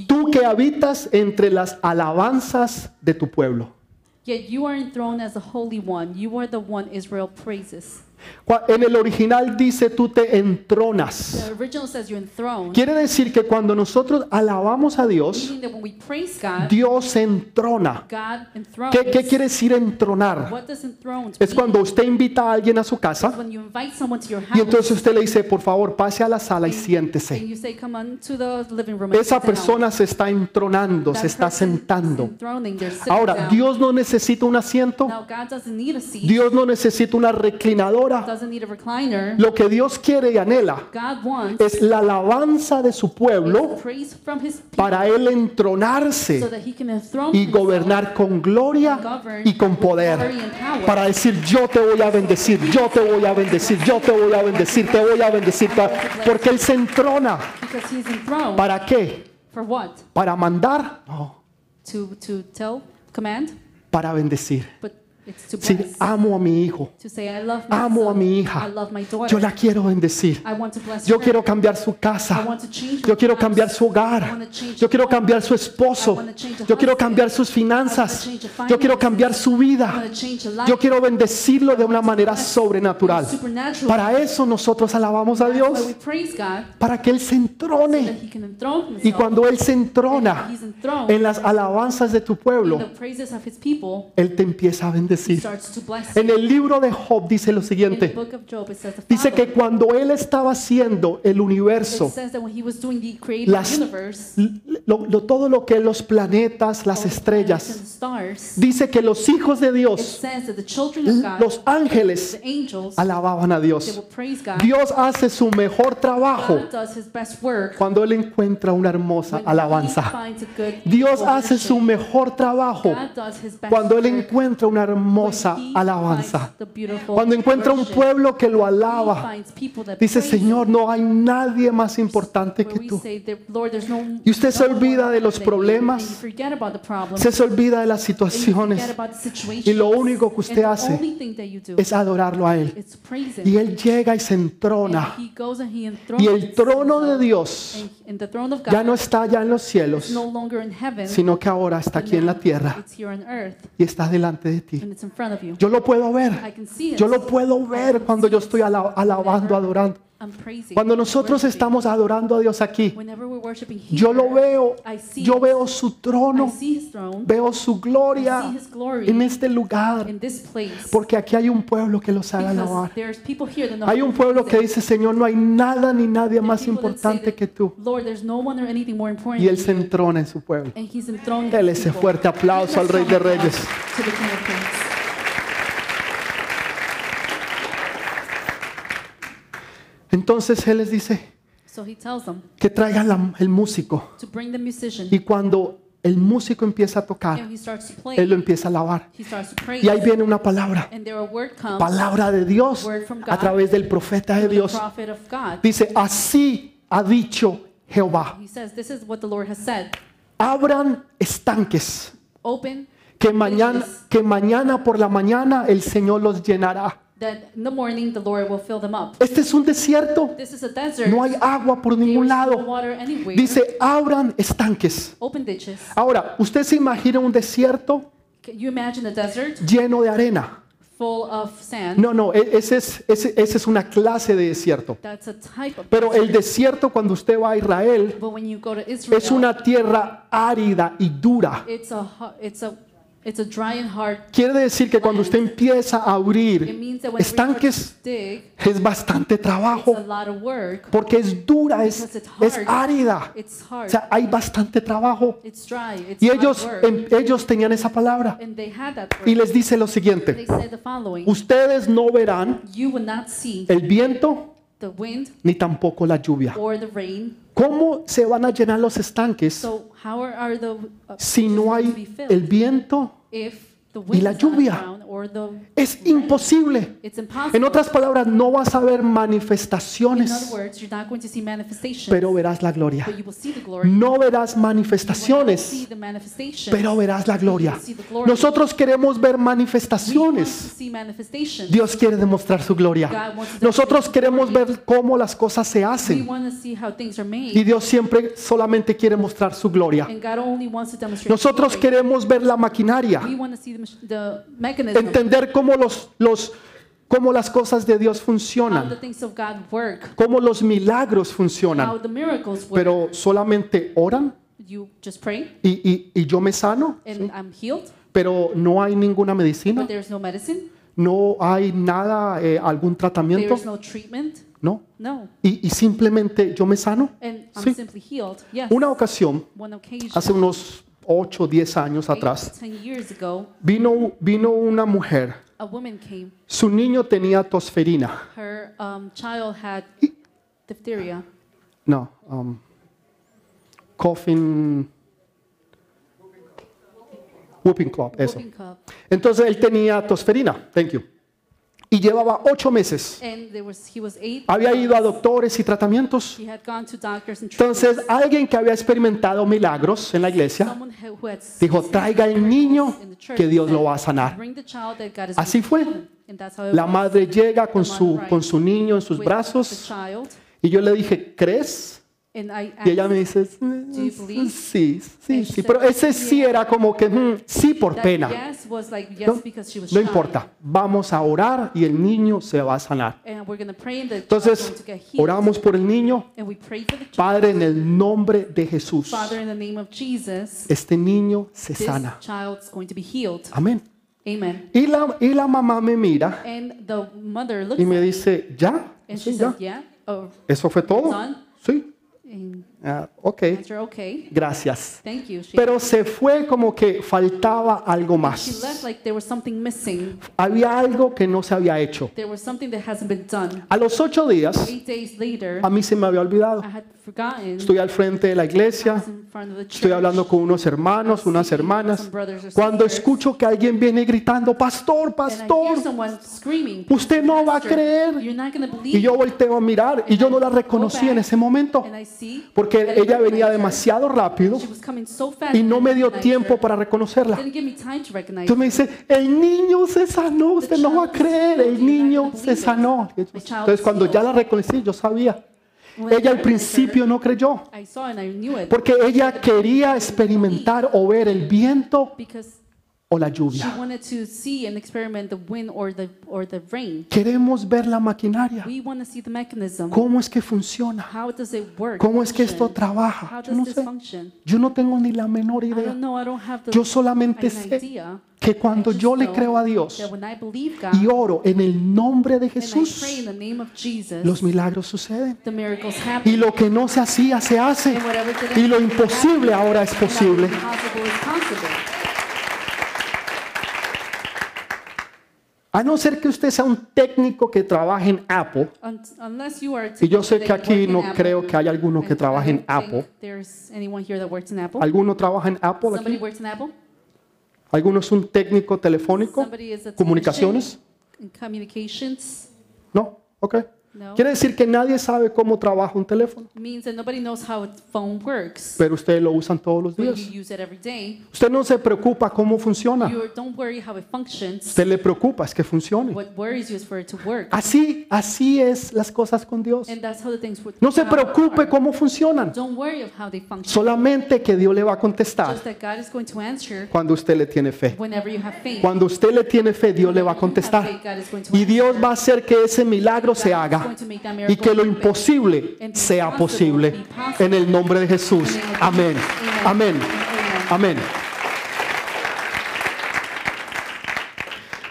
A: tú que habitas entre las alabanzas de tu pueblo.
B: Yet you are enthroned as the Holy One. You are the one Israel praises.
A: Cua- En el original dice tú te entronas.
B: The original says you're enthroned,
A: Quiere decir que cuando nosotros alabamos a Dios,
B: meaning that when we praise God,
A: Dios se entrona.
B: God enthrones.
A: ¿Qué, qué quiere decir entronar?
B: What does enthroned
A: Es
B: mean?
A: cuando usted invita a alguien a su casa
B: When you invite someone to your
A: y
B: house
A: entonces usted le dice, por favor, pase a la sala y siéntese.
B: and you say, come on to the living room. and
A: Esa
B: sit down."
A: persona se está entronando,
B: That
A: se está
B: person is
A: sentando.
B: enthroning, they're sitting
A: Ahora,
B: down.
A: Dios no necesita un asiento,
B: Now God doesn't need a seat.
A: Dios no necesita una reclinadora.
B: doesn't need a recliner.
A: Lo que Dios quiere y anhela
B: God wants
A: es la alabanza de su pueblo
B: praise from His people
A: para él
B: so
A: entronarse
B: that He can enthrone
A: y
B: himself
A: gobernar con gloria y con
B: glory
A: poder.
B: and power.
A: Para decir, yo te voy a bendecir, yo te voy a bendecir, yo te voy a bendecir, te voy a bendecir. pa- Porque él se entrona.
B: because He is enthroned.
A: ¿Para qué?
B: for what?
A: ¿Para mandar? No,
B: To to tell, command,
A: para bendecir.
B: but it's to bless.
A: Decir, amo a mi hijo,
B: to say I love my
A: ah, amo a
B: son.
A: mi
B: I
A: hija.
B: love my daughter.
A: Yo la quiero bendecir.
B: I want to bless
A: Yo
B: her.
A: quiero cambiar su
B: I
A: casa.
B: want to change
A: Yo
B: her
A: quiero
B: house.
A: cambiar su
B: I
A: hogar.
B: wanna change
A: Yo quiero
B: her home.
A: cambiar su esposo. Yo quiero cambiar sus finanzas. Yo quiero cambiar su
B: I
A: vida.
B: wanna change her life.
A: Yo quiero bendecirlo de una manera sobrenatural.
B: Supernatural.
A: Para eso nosotros alabamos a
B: That's why we
A: Dios.
B: praise God
A: Para que Él se
B: that
A: entrone.
B: He can enthrone Himself.
A: Y cuando Él se
B: And
A: entrona
B: He's enthroned
A: en las alabanzas de tu
B: in
A: pueblo,
B: the praises of His people.
A: Él te empieza a
B: He
A: bendecir.
B: starts to bless.
A: En el libro de Job dice lo
B: In the
A: siguiente.
B: book of Job, it says the
A: Dice
B: following.
A: que cuando Él estaba haciendo el
B: It
A: universo,
B: says that when he was doing the creative
A: Las-
B: universe,
A: lo- lo- todo lo que los planetas,
B: all
A: las
B: the planets
A: estrellas,
B: and the stars,
A: dice que los hijos de
B: it
A: Dios,
B: says that the children of God,
A: los ángeles,
B: the angels,
A: alababan a
B: they
A: Dios.
B: will praise God.
A: Dios hace su mejor trabajo
B: God does his best work
A: cuando Él encuentra una hermosa
B: when he
A: alabanza.
B: finds a good
A: Dios hace
B: worship.
A: su mejor trabajo
B: God does his best
A: cuando Él
B: work
A: encuentra una
B: when
A: hermosa
B: he
A: alabanza.
B: finds the beautiful
A: Cuando encuentra un
B: worship.
A: pueblo que lo
B: He
A: alaba,
B: finds people that
A: dice,
B: praise
A: Señor, no hay nadie más importante
B: him,
A: que
B: where we
A: tú.
B: say that, "Lord, there's no-
A: Y usted se
B: no one
A: olvida de los
B: than you,"
A: problemas.
B: and you forget about the problems,
A: Usted se olvida de las
B: and you forget
A: situaciones
B: about the situations,
A: y lo único que usted
B: and the
A: hace
B: only thing that you do
A: es adorarlo a Él.
B: is praise him.
A: Y Él llega y se
B: And
A: entrona.
B: he goes and he
A: Y
B: enthrones
A: el trono de Dios
B: and- and the throne of God
A: ya no está allá en los
B: is
A: cielos,
B: no longer in heaven,
A: sino que ahora está aquí en la tierra
B: it's here on earth,
A: y está delante de ti.
B: and it's in front of you.
A: Yo lo puedo
B: I
A: ver.
B: can see it.
A: Yo lo puedo ver cuando yo estoy ala- alabando, adorando.
B: I'm praising.
A: Cuando nosotros
B: worshiping.
A: estamos adorando a Dios aquí,
B: Whenever we're worshiping here,
A: yo lo veo.
B: I see
A: Yo
B: it.
A: veo su
B: I
A: trono,
B: see his throne.
A: veo su
B: I see
A: gloria
B: his glory
A: en este lugar,
B: in this place.
A: porque aquí hay un pueblo que los sabe
B: because
A: alabar.
B: there's people here that know
A: Hay un
B: how to
A: pueblo que
B: praise
A: dice, Señor, no hay nada ni nadie
B: him.
A: más
B: People that say
A: importante
B: that,
A: que tú.
B: Lord, there's no one or anything more important
A: Y Él
B: than
A: se
B: you."
A: entrona en su pueblo.
B: And he's enthroned
A: Dele
B: his
A: ese
B: people.
A: fuerte aplauso al Rey de Reyes.
B: To the King of Kings.
A: Entonces Él les dice
B: So he tells them
A: que traigan la- el músico.
B: to bring the musician.
A: Y cuando el músico empieza a tocar,
B: And he starts to play.
A: Él lo empieza a alabar.
B: He starts to praise.
A: Y ahí viene una palabra,
B: And there a word comes,
A: palabra de Dios,
B: Word from God.
A: a través del profeta de
B: from the
A: Dios.
B: prophet of God.
A: Dice, así ha dicho Jehová.
B: He says, "This is what the Lord has said.
A: Abran estanques,
B: Open
A: que mañana, que mañana por la mañana el Señor los llenará.
B: that in the morning the Lord will fill them up.
A: Este es un desierto,
B: This is a desert.
A: no hay agua por ningún
B: There's no
A: lado.
B: water anywhere.
A: Dice, abran estanques.
B: open ditches.
A: Ahora, usted se imagina un desierto
B: Can you imagine a desert
A: lleno de arena.
B: full of sand?
A: No, no, e- ese es, ese, esa es una clase de desierto.
B: That's a type of.
A: Pero el desierto cuando usted va a Israel
B: but when you go to Israel,
A: es una tierra árida y dura.
B: it's a ho- it's a it's a dry and hard.
A: Quiere decir que cuando usted empieza a
B: It
A: abrir
B: means that when we start to
A: estanques
B: dig,
A: es bastante
B: it's a
A: trabajo
B: lot of work.
A: porque es dura, es, es árida.
B: It's
A: O
B: hard.
A: sea, hay bastante trabajo.
B: It's dry. It's
A: Y
B: hard
A: ellos,
B: work.
A: em- ellos tenían esa palabra
B: and they had that
A: y
B: word.
A: les dice lo
B: They
A: siguiente,
B: said the following.
A: ustedes no verán
B: You will not see
A: el viento
B: the wind
A: ni tampoco la lluvia.
B: or the rain.
A: ¿Cómo se van a llenar los estanques
B: So how are, are the uh,
A: si no
B: to be
A: hay
B: filled
A: el viento?
B: if the wind
A: la
B: is not
A: lluvia?
B: around or the
A: Es imposible.
B: it's impossible.
A: En otras palabras, no vas a ver
B: In
A: manifestaciones,
B: other words, you're not going to see manifestations,
A: pero verás la gloria.
B: but you will see the glory. You
A: No verás
B: will not see
A: manifestaciones,
B: the manifestations.
A: pero verás la gloria. Nosotros queremos ver
B: We want to
A: manifestaciones.
B: see manifestations.
A: Dios quiere demostrar su gloria. Nosotros queremos ver cómo las cosas se
B: We
A: hacen.
B: want to see how things are made,
A: Y Dios siempre solamente quiere mostrar su gloria.
B: and God only wants to demonstrate.
A: Nosotros
B: glory.
A: queremos ver la maquinaria.
B: We want to see the mach- the mechanism
A: entender cómo, los, los, cómo las cosas de Dios
B: how the
A: funcionan,
B: things of God work,
A: cómo los milagros
B: how
A: funcionan,
B: the miracles work.
A: pero solamente oran
B: you just pray
A: y, y- y yo me sano,
B: and I'm healed,
A: pero no hay ninguna medicina,
B: but there's no medicine,
A: no hay nada, eh, algún tratamiento,
B: there's no treatment,
A: no.
B: no.
A: Y, y simplemente yo me sano.
B: And I'm
A: Sí.
B: simply healed. Yes.
A: Una ocasión,
B: One occasion,
A: hace unos 8 o 10 años
B: eight,
A: atrás,
B: ten years ago,
A: vino, vino una mujer,
B: a woman came.
A: su niño tenía tosferina,
B: Her um, child had diphtheria,
A: no, um, coughing, whooping cough, eso.
B: whooping cough,
A: Entonces él tenía tosferina, thank you, y llevaba 8 meses.
B: and there was he was eight.
A: Había ido a doctores y tratamientos.
B: He had gone to doctors and
A: Entonces
B: treatments.
A: alguien que había experimentado milagros en la iglesia
B: Someone who who had
A: dijo, traiga el niño
B: in the church
A: que Dios
B: said,
A: lo va a sanar.
B: "Bring the child that God is
A: Así
B: going to
A: fue.
B: heal." And that's how it
A: La
B: was
A: madre llega con su, con su niño en sus
B: with the
A: brazos
B: child.
A: y yo le dije, ¿crees?
B: And I
A: Y ella
B: asked
A: me dice, "Mm,
B: you believe?
A: sí, sí, sí, pero ese sí era como que, "Mm, sí por
B: that
A: pena.
B: yes was like yes
A: No,
B: because she was
A: no
B: shy.
A: importa, vamos a orar y el niño se va a sanar.
B: And we're going to pray that going
A: Entonces,
B: to get healed.
A: oramos por el niño,
B: And we pray for the child.
A: Padre, en el nombre de Jesús,
B: Father, in the name of Jesus,
A: este niño se
B: this
A: sana.
B: child's going to be healed.
A: Amén.
B: Amen.
A: Y la, y la mamá me mira
B: And the mother looks
A: y me
B: at
A: dice, ¿ya?
B: and she
A: Sí,
B: said,
A: ya.
B: yeah. Oh,
A: ¿Eso fue todo?
B: Son.
A: Sí.
B: and
A: Ah, ok,
B: answer, okay.
A: gracias.
B: Thank you. She,
A: Pero se fue como que faltaba algo
B: she left
A: más.
B: like there was something missing.
A: Había algo que no se había hecho.
B: There was something that hasn't been done.
A: A los ocho días,
B: Eight days later,
A: a mí se me había olvidado.
B: I had forgotten.
A: Estoy al frente de la
B: I
A: iglesia,
B: was in front of the
A: estoy
B: church.
A: hablando con unos hermanos, unas hermanas. Cuando escucho que alguien viene gritando, pastor,
B: and I hear
A: pastor,
B: someone screaming,
A: usted no va a
B: "Pastor,
A: creer.
B: You're not going to believe.
A: Y yo volteo a mirar y yo no la reconocí en ese momento,
B: and I see
A: porque
B: that I
A: ella venía
B: recognized
A: demasiado rápido
B: her. She was coming so fast
A: y no me dio
B: that I recognized
A: tiempo
B: her.
A: para reconocerla.
B: Didn't give me time to recognize
A: Entonces me dice, el niño se sanó, usted no va a creer, el niño se sanó. Entonces cuando ya la reconocí, yo sabía. Ella al principio no creyó,
B: her. I saw and I knew it
A: porque ella quería experimentar o ver el viento
B: because
A: o la
B: she
A: lluvia.
B: wanted to see and experiment the wind or the or the rain.
A: Queremos ver la maquinaria,
B: We want to see the mechanism.
A: cómo es que funciona,
B: How does it work?
A: cómo es que esto
B: Function.
A: trabaja.
B: How
A: Yo
B: does
A: no
B: this
A: sé,
B: function?
A: yo no tengo ni la menor
B: I don't
A: idea.
B: know. I don't have the
A: Yo solamente
B: an
A: sé
B: idea.
A: que cuando
B: I just
A: yo le
B: know
A: creo a Dios
B: that when I believe God
A: y oro en el nombre de
B: and I pray in
A: Jesús,
B: the name of Jesus,
A: los milagros suceden.
B: the miracles
A: Y
B: happen.
A: lo que no se hacía se hace.
B: And whatever didn't
A: Y lo
B: happen,
A: imposible ahora es
B: and that
A: posible.
B: impossible is possible.
A: A no ser que usted sea un técnico que trabaje en Apple.
B: Un- Unless you are
A: Y yo sé que
B: that
A: aquí
B: work in
A: no
B: Apple.
A: creo que haya alguno que
B: And
A: trabaje
B: I
A: en
B: don't think
A: Apple.
B: There's anyone here that works in Apple?
A: ¿Alguno trabaja en Apple
B: Somebody
A: aquí?
B: works in Apple?
A: ¿Alguno es un técnico telefónico?
B: Somebody is a
A: ¿Comunicaciones?
B: technician in communications
A: No. Ok.
B: No.
A: Quiere decir que nadie sabe cómo trabaja un teléfono,
B: means that nobody knows how a phone works.
A: pero ustedes lo usan todos los
B: But you
A: días.
B: use it every day.
A: Usted no se preocupa cómo funciona.
B: You don't worry how it functions.
A: Usted le preocupa es que funcione.
B: What worries you is for it to work.
A: Así, así es las cosas con Dios.
B: And that's how the things work.
A: No se preocupe cómo funcionan.
B: Don't worry of how they function.
A: Solamente que Dios le va a contestar.
B: Just that God is going to answer
A: cuando usted le tiene fe.
B: whenever you have faith.
A: Cuando usted le tiene fe, Dios le va a
B: You have
A: contestar.
B: faith, God is going to
A: Y Dios
B: answer.
A: va a hacer que ese milagro se
B: God is
A: haga
B: going to make that
A: y que
B: miracle
A: lo
B: happen.
A: imposible sea posible en el nombre de Jesús. Amén. Amén. Amén.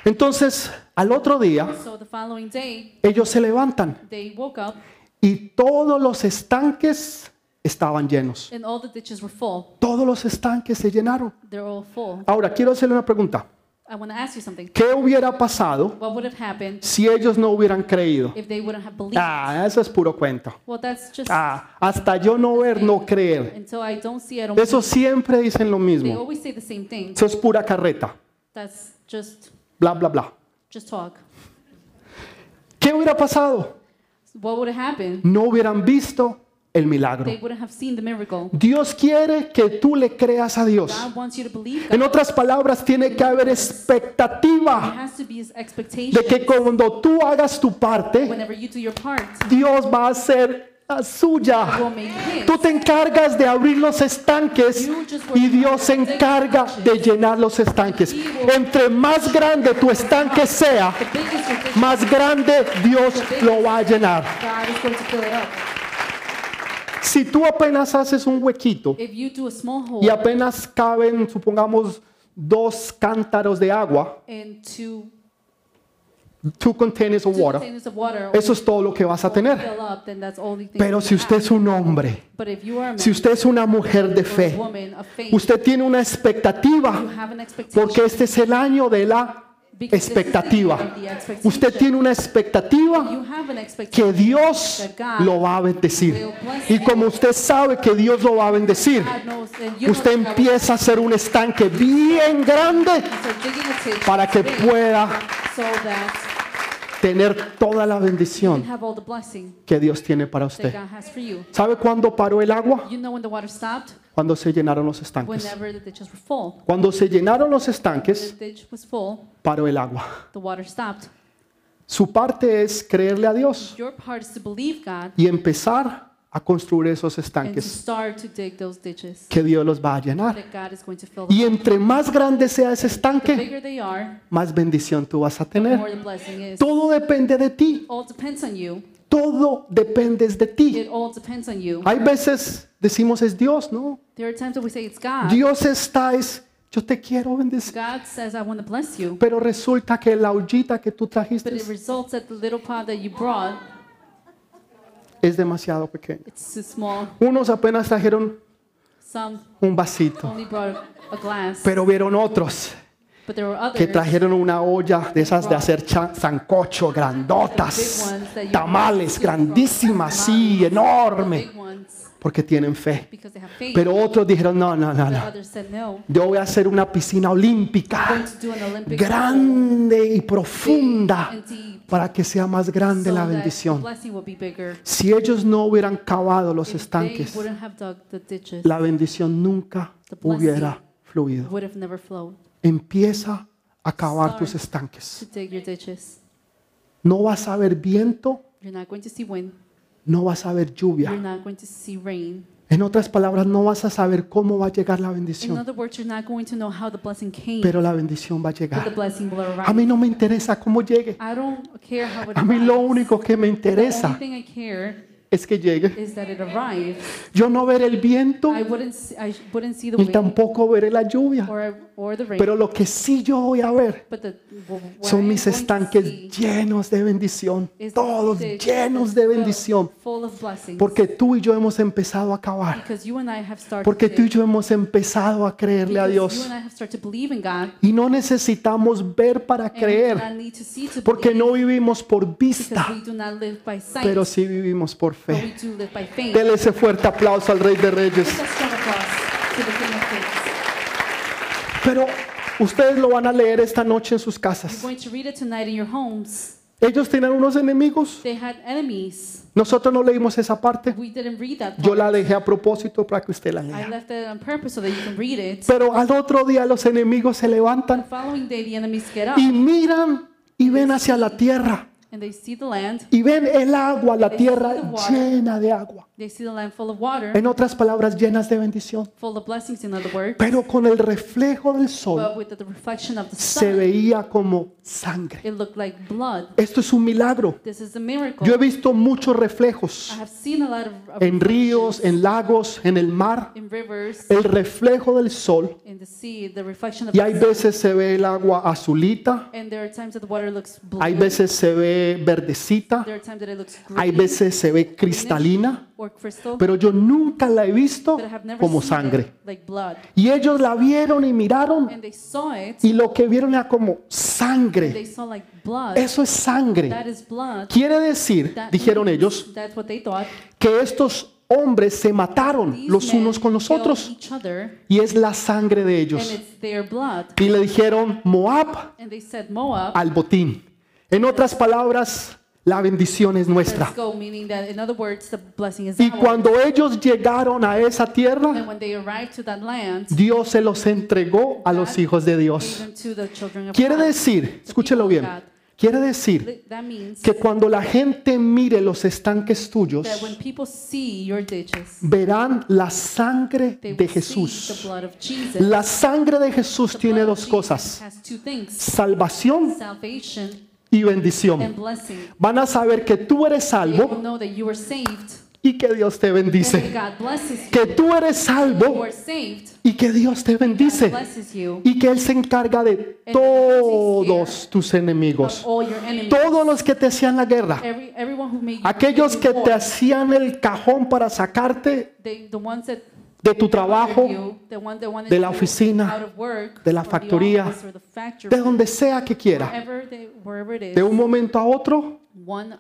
A: Entonces, al otro día,
B: So the following day,
A: ellos se levantan
B: they woke up
A: y todos los estanques estaban llenos.
B: and all the ditches were full.
A: Todos los estanques se llenaron.
B: They're all full.
A: Ahora, quiero hacerle una pregunta.
B: I want to ask you something.
A: ¿Qué hubiera pasado
B: What would have happened
A: si ellos no hubieran creído.
B: if they wouldn't have believed?
A: Ah, eso es puro cuento.
B: Well, that's just
A: Ah, hasta yo no ver, no creer.
B: until I don't see it. I don't
A: Eso siempre dicen lo
B: They
A: mismo.
B: always say the same thing.
A: Eso es pura carreta.
B: That's just
A: Bla, bla, bla.
B: just talk.
A: ¿Qué hubiera pasado?
B: What would have happened?
A: No hubieran visto el milagro.
B: They wouldn't have seen the miracle.
A: Dios quiere que tú le creas a Dios.
B: God wants you to believe God.
A: En otras palabras, tiene que haber
B: There
A: expectativa
B: has to be his expectation
A: de que cuando tú hagas tu parte,
B: whenever you do your part.
A: Dios va a hacer la suya.
B: will make his.
A: Tú te encargas de abrir los estanques y Dios se encarga de llenar los estanques. Entre más grande tu estanque sea,
B: The biggest tradition
A: más grande Dios lo va a llenar.
B: God is going to fill it up.
A: Si tú apenas haces un huequito
B: If you do a small hole
A: y apenas caben, supongamos, dos cántaros de agua,
B: and two,
A: two containers of
B: two
A: water,
B: containers of water
A: eso es todo lo que vas a
B: will
A: tener.
B: fill up, then that's all you think
A: Pero
B: you
A: si usted
B: have.
A: es un hombre,
B: But if you are a man
A: si usted es una mujer de
B: or a
A: fe,
B: woman of faith,
A: usted tiene una
B: you
A: expectativa,
B: have an expectation.
A: porque este es el año de la
B: because this is the
A: expectativa.
B: year of the expectation.
A: Usted tiene una expectativa
B: You have an
A: que
B: expectation.
A: Dios lo va a bendecir. Y como usted sabe que Dios lo va a bendecir,
B: God knows that you know
A: usted
B: that God will-
A: empieza a hacer un estanque bien grande
B: So digging a ditch
A: para que
B: big
A: pueda
B: so that
A: tener toda la
B: you
A: bendición
B: have all the blessing
A: que Dios tiene para
B: that
A: usted.
B: God has for you.
A: ¿Sabe cuándo paró el agua?
B: You know when the water stopped?
A: Cuando se llenaron los estanques.
B: Whenever the ditches were full.
A: Cuando se llenaron los
B: The
A: estanques,
B: ditch was full,
A: paró el agua.
B: the water stopped.
A: Su parte es creerle a Dios
B: Your part is to believe God
A: y empezar a construir esos
B: and to
A: estanques
B: start to dig those ditches
A: que Dios los va a llenar.
B: that God is going to fill them.
A: Y entre más grande sea ese
B: The
A: estanque,
B: bigger they are,
A: más bendición tú vas a
B: the
A: tener.
B: more the blessing is.
A: Todo depende de ti.
B: All depends on you.
A: Todo depende de ti.
B: It all depends on you.
A: Hay veces decimos es Dios, ¿no?
B: There are times that we say it's God.
A: Dios está es yo te quiero bendecir.
B: God says, I want to bless you.
A: Pero resulta que la ollita que tú
B: But
A: trajiste
B: it results that the little pot that you brought,
A: es demasiado pequeña.
B: it's too small.
A: Unos apenas trajeron
B: Some
A: un vasito,
B: only brought a glass,
A: pero vieron otros
B: but there were
A: que
B: others.
A: trajeron una olla de esas de hacer cha- sancocho grandotas, tamales grandísimas, sí, enorme,
B: Big ones
A: porque tienen fe.
B: because they have faith.
A: Pero otros dijeron, no, no, no,
B: but
A: no.
B: others said no.
A: Yo voy a hacer una piscina
B: I'm going
A: olímpica,
B: to do an Olympic
A: grande y profunda,
B: and deep
A: para que sea más
B: so
A: grande la
B: that the
A: bendición.
B: blessing will be bigger.
A: Si ellos no hubieran cavado los
B: If they
A: estanques,
B: wouldn't have dug the ditches,
A: la bendición nunca hubiera
B: it
A: fluido.
B: would have never flowed
A: Empieza a cavar tus estanques.
B: to dig your ditches.
A: No vas a ver viento,
B: You're not going to see wind.
A: no vas a ver
B: You're
A: lluvia.
B: not going to see rain.
A: En otras palabras, no vas a saber cómo va a llegar la
B: In
A: bendición,
B: other words, you're not going to know how the blessing came,
A: pero la bendición va a
B: but the
A: llegar.
B: blessing will arrive.
A: A mí no me interesa cómo llegue.
B: I don't care how it
A: A mí lo
B: arrives.
A: único que me
B: The only
A: interesa
B: thing I care
A: es que llegue.
B: is that it arrives.
A: Yo no ver el viento
B: I wouldn't see, I sh- wouldn't see the
A: ni
B: wind
A: tampoco veré la lluvia,
B: or, or the rain.
A: pero lo que sí yo voy a ver
B: but the, what
A: son
B: I'm
A: mis
B: going to
A: estanques
B: see
A: llenos de bendición,
B: is
A: todos
B: the ditch
A: llenos de
B: filled-
A: bendición,
B: Full of blessings.
A: porque tú y yo hemos empezado a cavar,
B: because you and I have started
A: porque
B: to
A: tú y
B: dig.
A: yo hemos empezado a creerle a
B: Because You
A: Dios.
B: and I have started to believe in God.
A: Y no necesitamos ver para
B: and we do
A: creer,
B: not need to see to
A: porque
B: believe,
A: no vivimos por
B: because
A: vista,
B: we do not live by sight,
A: pero sí vivimos por
B: but we
A: fe.
B: do live by faith.
A: Dele ese fuerte aplauso al Rey de Reyes.
B: Give a strong applause to the King of Kings.
A: Pero ustedes lo van a leer esta noche en sus
B: We're
A: casas.
B: going to read it tonight in your homes.
A: Ellos tenían unos enemigos.
B: They had enemies.
A: Nosotros no leímos esa parte.
B: We didn't read that part.
A: Yo la dejé a propósito para que usted la
B: I
A: lea.
B: left it on purpose so that you can read it.
A: Pero al otro día los enemigos se
B: The
A: levantan
B: following day, the enemies get up
A: y miran y ven hacia la tierra.
B: and they see the land.
A: Y ven el agua, la tierra llena de agua.
B: They see the land full of water,
A: En otras palabras, llenas de bendición.
B: full of blessings, in other words.
A: Pero con el reflejo del sol
B: But with the reflection of the
A: se
B: sun,
A: veía como sangre.
B: it looked like blood.
A: Esto es un milagro.
B: This is a miracle.
A: Yo he visto muchos
B: I
A: reflejos
B: have seen a lot of, of
A: en ríos,
B: reflections
A: en lagos, en el mar.
B: in rivers,
A: el reflejo del sol
B: in the sea, the reflection of
A: y
B: the
A: hay
B: sun.
A: veces se ve el agua azulita,
B: And there are times that the water looks blue.
A: hay veces se ve verdecita,
B: There are times that it looks green
A: hay veces se ve cristalina,
B: or crystal.
A: pero yo nunca la he visto
B: but I have never
A: como
B: seen
A: sangre.
B: it like blood.
A: Y ellos la vieron y miraron
B: And they saw it.
A: y lo que vieron era como sangre.
B: They saw like blood.
A: Eso es
B: That
A: sangre.
B: is blood.
A: Quiere decir,
B: That
A: dijeron
B: means-
A: ellos,
B: That's what they thought.
A: que estos hombres se mataron
B: These
A: los
B: men
A: unos con los
B: killed
A: otros
B: each other,
A: y es la sangre de
B: and
A: ellos.
B: it's their blood.
A: Y le dijeron, Moab,
B: And they said Moab.
A: al botín. En otras palabras, la bendición es nuestra.
B: Let's go, meaning that in other words, the blessing is
A: Y
B: ours.
A: cuando ellos llegaron a esa
B: And
A: tierra,
B: when they arrived to that land,
A: Dios se los entregó a los hijos de
B: gave
A: Dios.
B: them to the children of
A: Quiere
B: God.
A: decir, escúchelo bien, Quiere decir
B: Th- That means
A: que cuando la gente mire los estanques tuyos,
B: that when people see your ditches,
A: verán la sangre
B: they
A: de
B: will see the
A: Jesús.
B: blood of Jesus.
A: La sangre de
B: The
A: Jesús
B: blood
A: tiene
B: of
A: dos
B: Jesus
A: cosas,
B: Has two things,
A: salvación
B: salvation
A: y
B: and
A: bendición.
B: blessing.
A: Van a saber que tú eres
B: They will
A: salvo
B: know that you are saved
A: y que Dios te
B: and that
A: bendice.
B: God blesses you.
A: Que tú eres
B: You
A: salvo
B: are saved.
A: y que Dios te
B: God
A: bendice.
B: blesses you
A: Y que Él se encarga de todos tus
B: of
A: enemigos.
B: all your enemies.
A: Todos los que te hacían la guerra.
B: Every, everyone who made you
A: Aquellos
B: made you
A: que te
B: war,
A: hacían el cajón para sacarte
B: they- the ones that
A: de tu trabajo,
B: you, the one that wanted
A: de la
B: you
A: oficina,
B: out of work,
A: de la
B: or the
A: factoría,
B: office or the factory,
A: de donde sea que quiera.
B: wherever they- wherever it is,
A: De un momento a otro,
B: one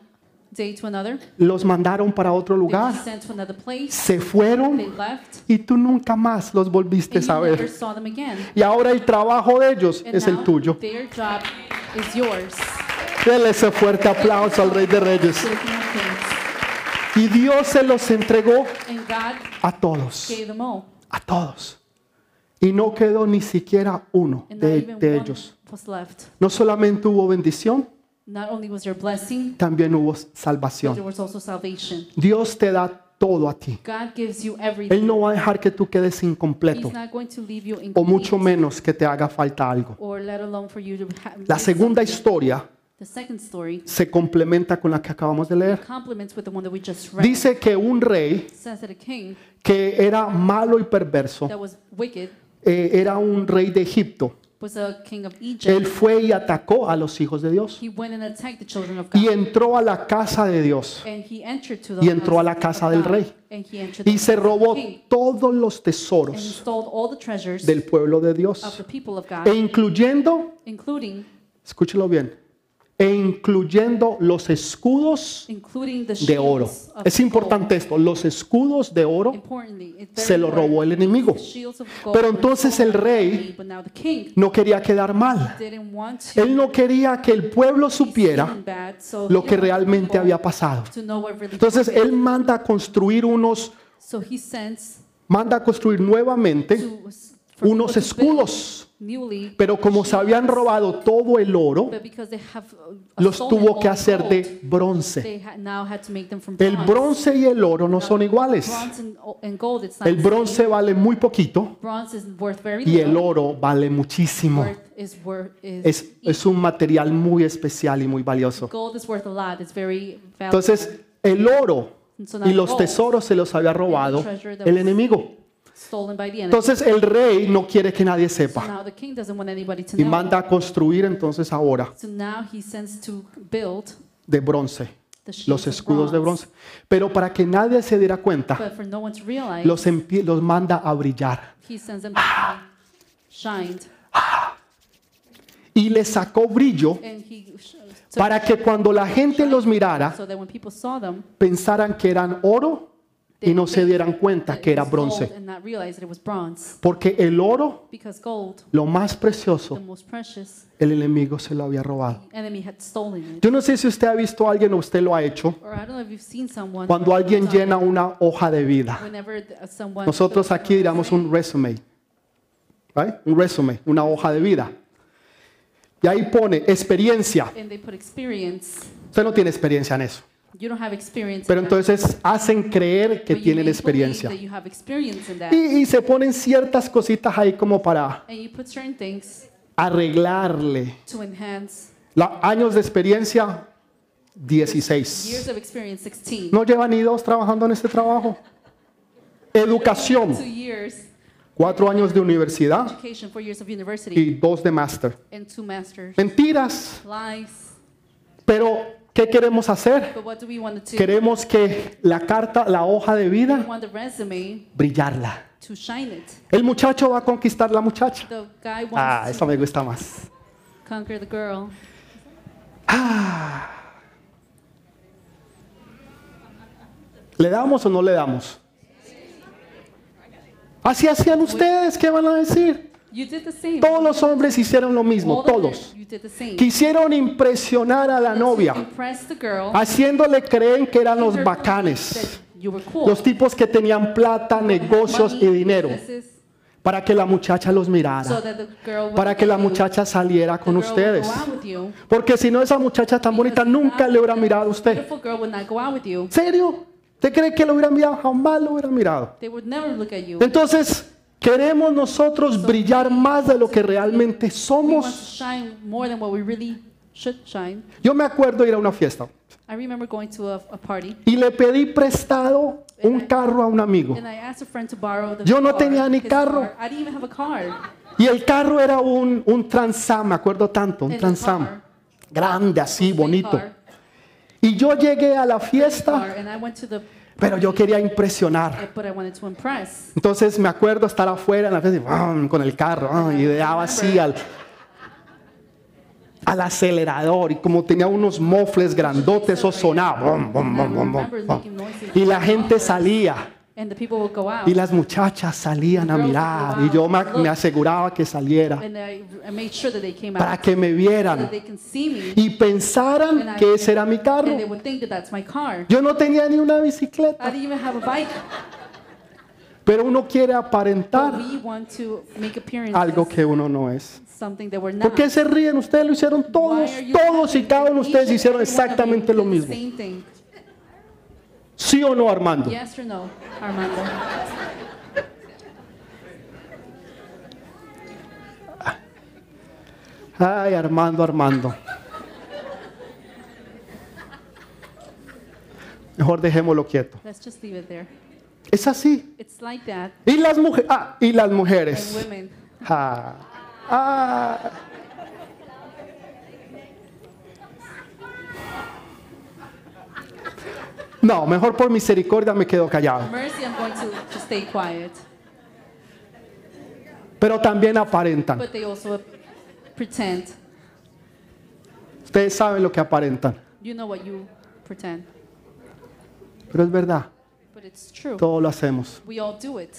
B: day to another,
A: los mandaron para otro
B: they were
A: lugar,
B: sent to another place,
A: se
B: they
A: fueron
B: left,
A: y tú nunca más los volviste a
B: and you never
A: saber.
B: saw them again.
A: Y ahora el trabajo de ellos
B: And
A: es el
B: now
A: tuyo.
B: their job is yours.
A: Dele ese fuerte aplauso al Rey de Reyes.
B: So give them thanks.
A: Y Dios se los entregó
B: And God
A: a todos.
B: gave them all,
A: a todos. Y no quedó ni siquiera uno
B: and not
A: de,
B: even
A: de
B: one
A: ellos.
B: was left.
A: No solamente hubo bendición,
B: Not only was there blessing,
A: también hubo
B: but there
A: salvación.
B: was also salvation.
A: Dios te da todo a ti.
B: God gives you everything.
A: Él no va a dejar que tú quedes incompleto
B: He's not going to leave you
A: o
B: incomplete,
A: mucho menos que te haga falta algo.
B: or let alone for you to ha-
A: La
B: miss
A: segunda
B: something.
A: historia
B: The second story
A: se complementa con la que acabamos de leer.
B: complements with the one that we just read.
A: Dice que un rey
B: It says that a king
A: que era malo y perverso,
B: that was wicked
A: eh, era un rey de Egipto.
B: was a king of Egypt.
A: Él fue y atacó a los hijos de Dios
B: He went and attacked the children of God.
A: y entró a la casa de Dios.
B: and he entered to the
A: y entró a la
B: house
A: casa
B: of
A: del
B: God,
A: rey.
B: And he entered
A: y
B: the
A: se
B: house of the
A: robó
B: king,
A: todos los
B: and he
A: tesoros
B: stole all the treasures
A: del pueblo de
B: of
A: Dios,
B: the people of God,
A: e incluyendo,
B: including
A: escúchelo bien, e incluyendo los escudos
B: including the
A: de oro.
B: shields of
A: Es
B: gold.
A: importante esto, los escudos de oro
B: Importantly, it's very
A: se lo robó el enemigo.
B: important. The shields of gold
A: Pero
B: were
A: entonces
B: stolen
A: el
B: by the
A: rey
B: enemy, but now the king
A: No quería quedar mal.
B: didn't want to
A: Él no quería que el pueblo
B: be seen
A: supiera
B: bad, so
A: lo
B: he
A: que
B: wanted
A: realmente
B: people
A: había pasado.
B: to know what really
A: Entonces eh,
B: happened.
A: él manda a construir unos,
B: so he sends
A: manda a construir nuevamente
B: to, for
A: eh, unos
B: people to build
A: escudos.
B: newly
A: Pero como se habían robado todo el oro,
B: but because they have uh,
A: los
B: stolen
A: tuvo que
B: all
A: hacer de
B: gold,
A: bronce.
B: they ha- now had to make them from
A: El
B: bronze.
A: bronce y el oro no son iguales.
B: Bronze and, o- and gold, it's not
A: El
B: the same.
A: bronce vale muy poquito
B: Bronze is worth very
A: y el
B: little.
A: oro vale muchísimo.
B: Worth is worth is
A: Es, es un material muy especial y muy valioso.
B: gold is worth a lot. It's very valuable.
A: Entonces, el oro y los tesoros se los había robado el enemigo.
B: stolen by the enemy.
A: Entonces, el rey no quiere que nadie
B: so
A: sepa
B: now the king doesn't want anybody to
A: y
B: know.
A: manda a construir entonces ahora
B: So now he sends to build
A: de bronce,
B: the shields
A: los
B: of
A: escudos de bronce. Pero para que nadie se diera cuenta,
B: But for no one to realize,
A: los, Ah. empie- los manda a brillar.
B: he sends them to be shined,
A: Y le sacó brillo
B: and he sh- so,
A: para que cuando la gente los mirara,
B: so that when people saw them,
A: pensaran que eran oro y no se dieran cuenta
B: it
A: que era
B: was gold
A: bronce.
B: and not realize that it was bronze,
A: Porque el oro,
B: because gold,
A: lo más
B: the
A: precioso,
B: most precious,
A: el enemigo se lo había robado.
B: the enemy had stolen it.
A: Yo no sé si usted ha visto a alguien o usted lo ha hecho,
B: Or I don't know if you've seen someone.
A: cuando alguien llena una hoja de vida.
B: Whenever th- uh, someone
A: Nosotros aquí diríamos un resume, right? un resume, una hoja de vida. Y ahí pone experiencia.
B: and they put experience,
A: Usted no tiene experiencia en eso.
B: you don't have experience.
A: Pero
B: in that,
A: entonces hacen creer que
B: but you
A: tienen
B: make believe
A: experiencia.
B: That you have experience in that,
A: Y, y se ponen ciertas cositas ahí como para
B: and you put certain things
A: arreglarle.
B: to enhance
A: La- años de experiencia, 16.
B: years of experience. 16.
A: No llevan ni dos trabajando en este trabajo. Educación,
B: two years
A: cuatro años de universidad
B: education, four years of university,
A: y dos de máster.
B: and two masters.
A: Mentiras.
B: Lies.
A: Pero, ¿qué queremos hacer?
B: But what do we want to do?
A: Queremos que la carta, la hoja de
B: We
A: vida,
B: want the resume
A: brillarla.
B: to shine it.
A: El muchacho va a conquistar la muchacha.
B: The guy wants
A: Ah,
B: to
A: eso me gusta más.
B: conquer the girl.
A: ¿Le damos o no le damos? Así hacían ustedes, ¿qué van a decir?
B: You did the same.
A: Todos los hombres hicieron lo mismo,
B: All the men,
A: todos.
B: You did the same.
A: Quisieron impresionar a la
B: To
A: novia,
B: Impress the girl.
A: haciéndole creer que eran los
B: Her
A: bacanes,
B: that You were cool.
A: los tipos que tenían plata, negocios y
B: Money,
A: dinero.
B: businesses,
A: para que la muchacha los
B: so
A: mirara,
B: that the girl would
A: para que la
B: you,
A: muchacha saliera
B: the
A: con
B: girl would
A: ustedes.
B: go out with you.
A: Porque si no, esa muchacha tan bonita
B: Because
A: nunca
B: that-
A: le hubiera mirado a
B: that
A: usted.
B: Beautiful girl would not go out with you.
A: ¿En serio? ¿Usted cree que lo hubiera mirado? Jamás lo hubiera mirado.
B: They would never look at you.
A: Entonces, queremos nosotros brillar más de lo que realmente
B: we want to
A: somos.
B: shine more than what we really should shine.
A: Yo me acuerdo ir a una fiesta
B: I remember going to a, a party
A: y le pedí prestado un carro a un amigo.
B: and I asked a friend to borrow the
A: Yo no
B: car,
A: tenía ni
B: his
A: carro.
B: car. I didn't even have a car.
A: Y el carro era un, un Transam, me acuerdo tanto, un
B: And the
A: Transam.
B: car.
A: Grande, así,
B: Big
A: bonito.
B: car,
A: Y yo llegué a la
B: car,
A: fiesta,
B: and I went to the
A: pero yo quería impresionar.
B: but I wanted to impress.
A: Entonces me acuerdo estar afuera en la fiesta, y, ¡bam! con el carro, ¡ah! y daba así al, al acelerador. Y como tenía unos mofles grandotes, eso sonaba. ¡bum, bum, bum, bum, bum, bum! Y la gente salía.
B: And the people would go out.
A: Y las muchachas salían a mirar. Y yo me, me aseguraba que saliera
B: and I, I made sure that they came
A: para
B: out
A: que me
B: so
A: vieran.
B: that they can see me.
A: y pensaran que ese era mi carro.
B: And they would think that that's my car.
A: Yo no tenía ni una
B: I
A: bicicleta,
B: didn't even have a bike.
A: pero uno quiere
B: But
A: aparentar
B: we want to make appearances
A: algo que uno no es.
B: something that we're not.
A: ¿Por qué se ríen? Ustedes lo hicieron
B: Why
A: todos,
B: are you
A: todos y
B: laughing?
A: cada uno de ustedes
B: Each and
A: hicieron
B: every one of you
A: exactamente lo
B: did the
A: mismo.
B: same thing.
A: ¿Sí o no, Armando?
B: Yes or no, Armando?
A: Ay, Armando, Armando. Mejor dejémoslo quieto.
B: Let's just leave it there.
A: Es así.
B: It's like that.
A: Y las mujeres. Ah, y las
B: And
A: mujeres.
B: women,
A: Ah, ah. No, mejor por misericordia me quedo callado.
B: mercy, I'm going to, to stay quiet.
A: Pero también aparentan.
B: But they also pretend.
A: Ustedes saben lo que aparentan.
B: You know what you pretend.
A: Pero es verdad,
B: But it's true.
A: todo lo hacemos.
B: We all do it.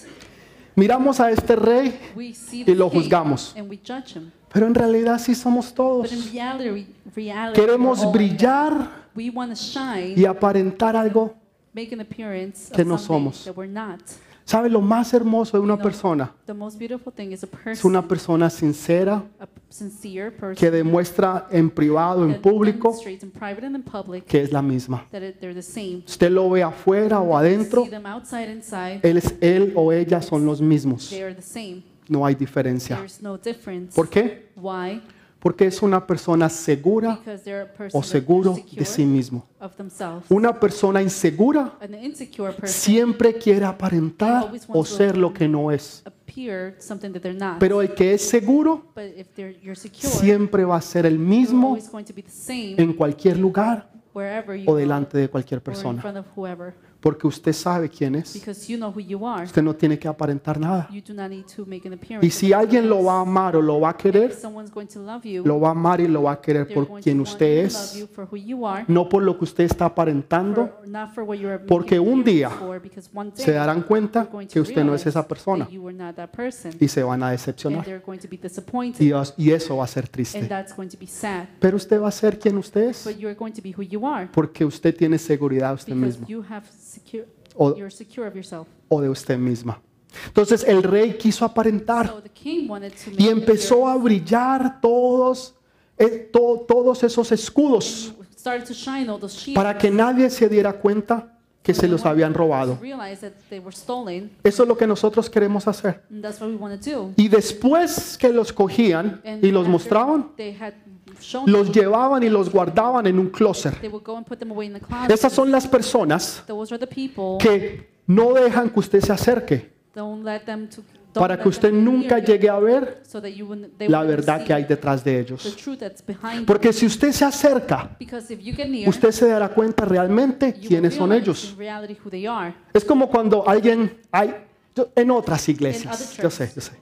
A: Miramos a este rey,
B: We see
A: Y lo
B: the king
A: juzgamos.
B: And we judge him.
A: pero en realidad sí somos todos.
B: But in reality, reality we're
A: Queremos
B: all-
A: brillar
B: we want to shine,
A: y aparentar algo.
B: make an appearance
A: que
B: of
A: no
B: something
A: somos.
B: that we're not.
A: ¿Sabe lo más hermoso de una persona?
B: The most beautiful thing is a person,
A: Es una persona sincera
B: a sincere person,
A: que demuestra en privado, en
B: that
A: público,
B: demonstrates in private and in public
A: que es la misma.
B: that it, they're the same.
A: Usted lo ve afuera o adentro,
B: See them outside, inside,
A: él, es- él o ella son los mismos.
B: they are the same.
A: No hay diferencia.
B: There's no difference.
A: ¿Por qué?
B: Why?
A: Porque es una persona segura
B: Because they're a
A: Ah,
B: person
A: o
B: that they're
A: seguro de
B: secure
A: sí mismo.
B: of themselves.
A: Una persona insegura
B: An insecure person
A: siempre quiere aparentar o ser lo que no es.
B: appear something that they're not.
A: Pero el que es seguro
B: but if they're, you're secure,
A: siempre va a ser el
B: you're
A: mismo
B: always going to be the same
A: en cualquier lugar
B: wherever you
A: o
B: go
A: delante de cualquier
B: or in
A: persona.
B: front of whoever.
A: Porque usted sabe quién es.
B: Because you know who you are.
A: Usted no tiene que aparentar nada.
B: You do not need to make an appearance.
A: Y si alguien lo va a amar o lo va a querer,
B: If someone's going to love you,
A: lo va a amar y lo va a querer
B: they're
A: por
B: going to
A: quien
B: want
A: usted
B: you to love you
A: es,
B: for who you are,
A: no por lo que usted está aparentando.
B: for- not for what you're
A: Porque
B: making
A: un
B: appearance
A: día
B: for, because one day
A: Se darán cuenta
B: they're going to
A: que usted no es
B: realize
A: esa persona
B: that you are not that person,
A: y se van a
B: and
A: decepcionar.
B: they're going to be
A: Y,
B: disappointed,
A: os- y eso va a ser
B: and
A: triste.
B: that's going to be sad.
A: Pero usted va a ser quien usted es
B: But you're going to be who you are
A: porque usted tiene seguridad de usted
B: because
A: mismo
B: you have secure,
A: O-
B: you're secure of yourself.
A: o de usted misma. Entonces el rey quiso aparentar
B: So the king wanted to make
A: y
B: an
A: empezó a brillar todos, eh, to- todos esos escudos
B: appearance, started to shine all those shields.
A: para que nadie se diera cuenta que se los habían robado.
B: Realized that they were stolen,
A: Eso es lo que nosotros queremos hacer.
B: and that's what we want to do.
A: Y después que los cogían
B: And
A: y los
B: after
A: mostraban,
B: They had shown
A: los
B: them,
A: llevaban y los guardaban en un closet.
B: they would go and put them away in the closet.
A: Esas son las personas
B: Those are the people.
A: que no dejan que usted se acerque
B: Don't let them to, don't
A: para
B: let
A: que usted
B: them
A: nunca
B: near you,
A: llegue a ver
B: so that you wouldn't- they
A: la
B: wouldn't
A: verdad
B: see
A: que hay detrás de
B: the
A: ellos.
B: truth that's behind you.
A: Porque si usted se acerca,
B: Because if you get near,
A: usted se dará cuenta realmente
B: you will
A: quiénes son
B: realize
A: ellos.
B: in reality who they are.
A: Es como cuando alguien hay yo- en otras iglesias, yo sé, yo sé,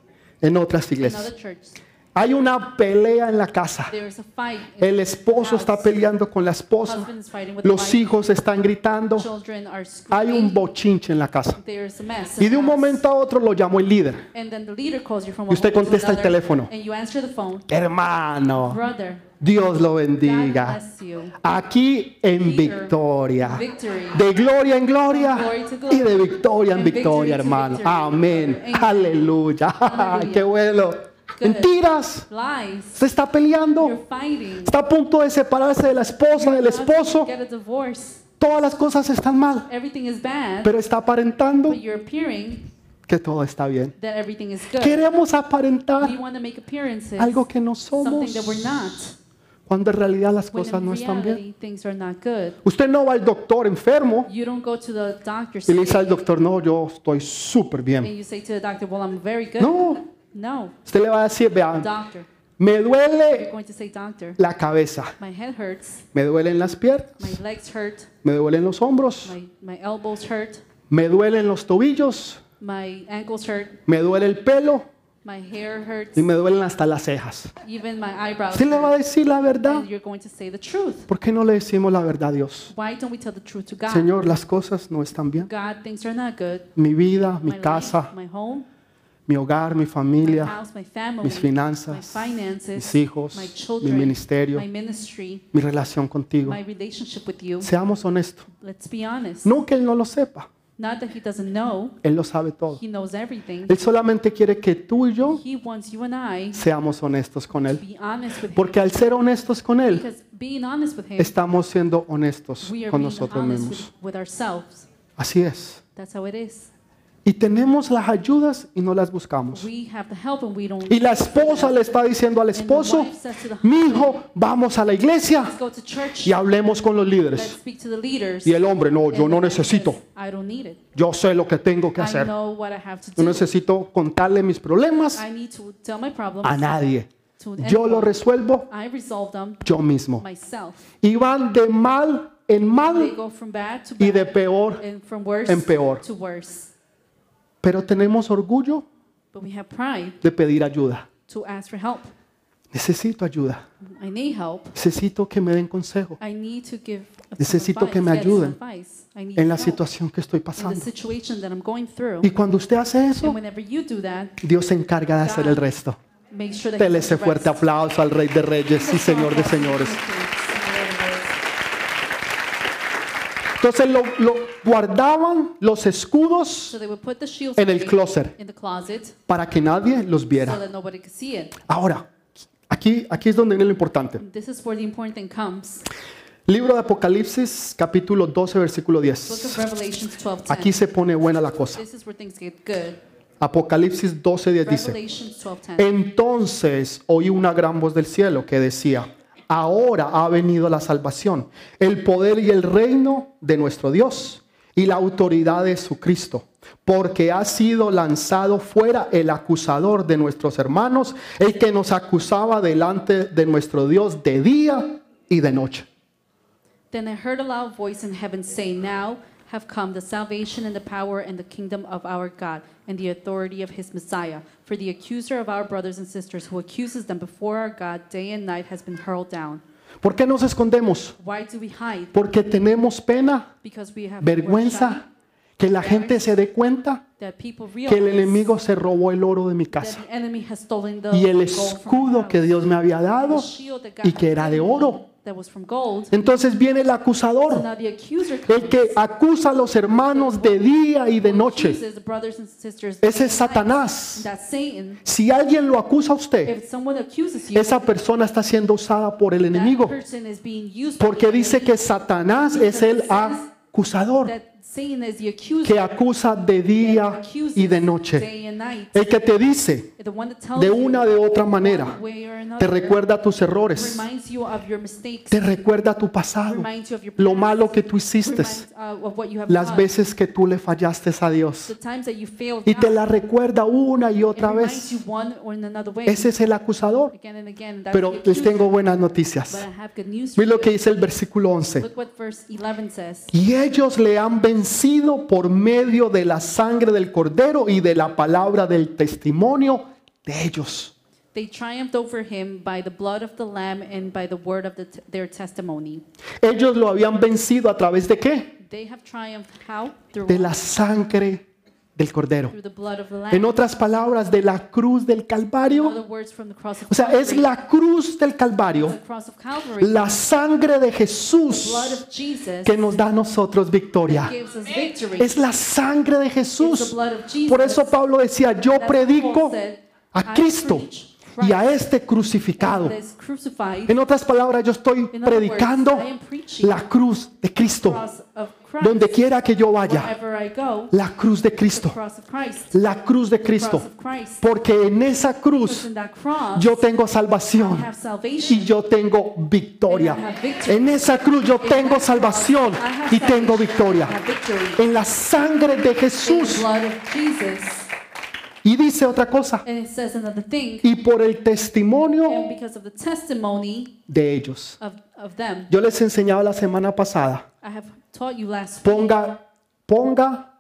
A: en otras
B: Another
A: iglesias,
B: church.
A: Hay una pelea en la casa.
B: There is a fight. in
A: El
B: the
A: esposo
B: house.
A: está peleando con la esposa.
B: Husband is fighting with
A: Los
B: the wife.
A: hijos están gritando.
B: Children are
A: Hay un
B: screaming.
A: bochinche en la casa.
B: There's a mess.
A: Y de un
B: in the house.
A: momento a otro lo llamó el líder.
B: And then the leader calls you from
A: Y usted
B: one room to
A: contesta el
B: another,
A: teléfono.
B: And you answer the phone.
A: Hermano,
B: Brother,
A: Dios lo
B: God
A: bendiga.
B: bless you.
A: Aquí en victoria.
B: Victory.
A: De gloria en gloria y de victoria en
B: And victory
A: victoria,
B: to
A: hermano.
B: victory.
A: Amén.
B: Amen.
A: Aleluya.
B: Hallelujah.
A: Qué bueno. Mentiras.
B: Lies.
A: Se está
B: You're
A: peleando.
B: fighting.
A: Está a punto de separarse de la Oh. esposa, del
B: You're about to
A: esposo.
B: Get a divorce.
A: Todas las cosas están mal.
B: Everything is bad.
A: Pero está aparentando
B: but you're appearing
A: que todo está bien.
B: that everything is good.
A: Queremos aparentar
B: We want to make appearances.
A: algo que no
B: something
A: somos
B: that we're not.
A: cuando en realidad las
B: When
A: cosas
B: in
A: no están bien.
B: reality, things are not good.
A: Usted no va al doctor enfermo
B: You don't go to the doctor
A: y le dice al doctor, no, yo estoy súper
B: and
A: bien.
B: you say to the doctor, well, I'm very good.
A: No,
B: No,
A: usted le va a decir, vea,
B: doctor.
A: me
B: You're
A: duele
B: going to say, doctor,
A: la cabeza,
B: my head hurts,
A: me duelen las piernas,
B: my legs hurt,
A: me duelen los hombros,
B: my, my elbows hurt,
A: me duelen los tobillos,
B: my ankles hurt,
A: me duele el pelo
B: my hair hurts,
A: y me duelen hasta las cejas.
B: even my eyebrows
A: Usted le va a
B: hurt.
A: decir la verdad.
B: And you're going to say the truth.
A: ¿Por qué no le decimos la verdad a Dios?
B: Why don't we tell the truth to God?
A: Señor, las cosas no están bien.
B: God, things are not good.
A: Mi vida,
B: My
A: mi
B: life,
A: casa,
B: my home,
A: mi hogar, mi
B: my
A: familia,
B: house, my family,
A: mis finanzas,
B: my finances,
A: mis hijos,
B: my
A: mi
B: children,
A: ministerio,
B: my ministry,
A: mi relación contigo.
B: my relationship with you.
A: Seamos honestos.
B: Let's be honest.
A: No que Él no lo sepa,
B: Not that he doesn't know,
A: Él lo sabe todo.
B: he knows everything.
A: Él solamente quiere que tú y yo
B: He wants you and I
A: seamos honestos con
B: to
A: Él.
B: be honest with him.
A: Porque al ser honestos con Él,
B: Because being honest with him,
A: estamos siendo honestos
B: we are
A: con
B: being
A: nosotros
B: honest
A: mismos.
B: With, with ourselves.
A: Así es.
B: That's how it is.
A: Y tenemos las ayudas y no las buscamos.
B: We have the help and we don't.
A: Y la esposa le está diciendo al esposo, mi hijo, vamos a la iglesia
B: Let's go to church.
A: y hablemos con los
B: Let's
A: líderes.
B: speak to the leaders.
A: Y el hombre, no,
B: And
A: yo
B: the
A: no
B: man
A: necesito.
B: says, I don't need it.
A: Yo sé lo que tengo que
B: I
A: hacer.
B: know what I have to
A: Yo
B: do.
A: necesito contarle mis problemas
B: I need to tell my problems.
A: a nadie.
B: To
A: Yo lo
B: anyone.
A: resuelvo
B: I resolve them
A: yo mismo.
B: myself.
A: Y van de mal en
B: They
A: mal
B: go from bad to
A: y
B: bad
A: de peor.
B: and from worse
A: en peor.
B: to worse.
A: Pero tenemos orgullo
B: But we have pride
A: de pedir ayuda.
B: to ask for help.
A: Necesito ayuda.
B: I need help.
A: Necesito que me den consejo
B: I need to give some
A: Necesito
B: advice,
A: que me
B: get some
A: ayuden
B: advice. I need
A: en la
B: help
A: situación que estoy
B: in the
A: pasando.
B: situation that I'm going through.
A: Y cuando usted hace
B: And
A: eso,
B: whenever you do that,
A: Dios se encarga de hacer el resto.
B: make sure that
A: Dele
B: you
A: ese
B: rest.
A: fuerte aplauso al Rey de Reyes y Señor de Señores. Entonces lo, lo guardaban los escudos
B: So they would put the shields
A: en el
B: away
A: closet
B: in the closet
A: para que nadie los
B: so
A: viera.
B: that nobody could see it.
A: Ahora, aquí, aquí es donde viene lo importante.
B: This is where the important thing comes.
A: Libro de Apocalipsis, capítulo 12, versículo
B: Book of
A: 10.
B: Revelations 12:10.
A: Aquí se pone buena la cosa.
B: This is where things get good.
A: Apocalipsis 12, 10 dice, Eh.
B: Revelations 12:10.
A: entonces oí una gran voz del cielo que decía, ahora ha venido la salvación, el poder y el reino de nuestro Dios y la autoridad de su Cristo, porque ha sido lanzado fuera el acusador de nuestros hermanos, el que nos acusaba delante de nuestro Dios de día y de noche.
B: Then I heard a loud voice in heaven say, Now have come the salvation and the power and the kingdom of our God and the authority of his Messiah. For the accuser of our brothers and sisters who accuses them before our God day and night has been hurled down.
A: ¿Por qué nos escondemos?
B: Why do we hide?
A: Porque tenemos pena,
B: Because we have
A: vergüenza, que la gente se dé cuenta
B: that people
A: que el
B: realize
A: enemigo se robó el oro de mi
B: that
A: casa
B: the enemy has stolen the
A: y el
B: gold from our
A: escudo que
B: house,
A: Dios me había
B: the
A: dado
B: shield that God
A: y que
B: had
A: era de
B: given me
A: oro.
B: that was from gold.
A: Entonces viene el
B: So
A: acusador,
B: now the accuser comes,
A: el que acusa a los hermanos de día y de noche.
B: accuses the brothers and sisters
A: Ese es
B: day and night.
A: Satanás.
B: That's Satan.
A: Si alguien lo acusa a usted,
B: If someone accuses you,
A: esa persona está siendo usada por el
B: that
A: enemigo,
B: person is being used by
A: porque
B: the
A: dice que
B: enemy,
A: Satanás es el acusador
B: that Satan is the accuser
A: que acusa de día
B: accuses
A: y de noche.
B: day and night.
A: El que te dice
B: The one that tells
A: de una
B: you
A: de otra manera,
B: one way or
A: te
B: another,
A: recuerda tus errores,
B: reminds you of your mistakes,
A: te recuerda tu pasado,
B: reminds you of your
A: lo
B: past,
A: malo que tú hiciste,
B: reminds, uh, of what you have
A: las
B: done,
A: veces que tú le fallaste a
B: the
A: Dios
B: times that you failed
A: y te
B: God,
A: la recuerda una y
B: it
A: otra
B: reminds
A: vez.
B: you one or in another way,
A: Ese es el acusador.
B: again and again. That's
A: Pero
B: the
A: les
B: accuser.
A: tengo buenas
B: But
A: noticias.
B: I have good news for
A: Mira lo que
B: you.
A: dice el versículo 11.
B: Look what verse 11 says.
A: Y ellos le han vencido por medio de la sangre del cordero y de la palabra del testimonio de ellos.
B: They triumphed over him by the blood of the Lamb and by the word of the t- their testimony.
A: Ellos lo habían vencido a través de qué?
B: They have triumphed how? Through,
A: De la sangre del cordero.
B: through the blood of the Lamb.
A: En otras palabras, de la cruz del
B: In
A: Calvario.
B: other words, from the cross of
A: O sea, es
B: Calvary.
A: la cruz del
B: the
A: Calvario,
B: cross of Calvary.
A: la sangre de
B: the
A: Jesús
B: blood of Jesus
A: que nos da a nosotros victoria.
B: gives us victory.
A: Es la sangre de
B: It's the
A: Jesús.
B: blood of Jesus.
A: Por eso Pablo decía, yo
B: That's what Paul
A: predico
B: said,
A: a
B: "I
A: Cristo
B: preach
A: y a
B: Christ
A: este crucificado.
B: that is crucified.
A: En otras palabras, yo estoy
B: In other words,
A: predicando
B: I am preaching
A: la cruz de
B: the
A: Cristo.
B: cross of Christ.
A: Donde quiera que yo vaya,
B: Wherever I go,
A: la cruz de
B: the
A: Cristo,
B: cross of Christ.
A: la cruz de
B: The
A: Cristo.
B: cross of Christ.
A: Porque en esa
B: Because
A: cruz
B: in that cross,
A: yo tengo
B: I
A: salvación
B: have salvation.
A: y yo tengo victoria. En esa cruz yo tengo salvación y tengo victoria. En la sangre de
B: In the
A: Jesús.
B: blood of Jesus.
A: Y dice otra cosa.
B: And it says another thing.
A: Y por el testimonio
B: And because of the testimony
A: de ellos.
B: of, of them,
A: Yo les enseñaba la semana pasada.
B: I have taught you last week.
A: Ponga, ponga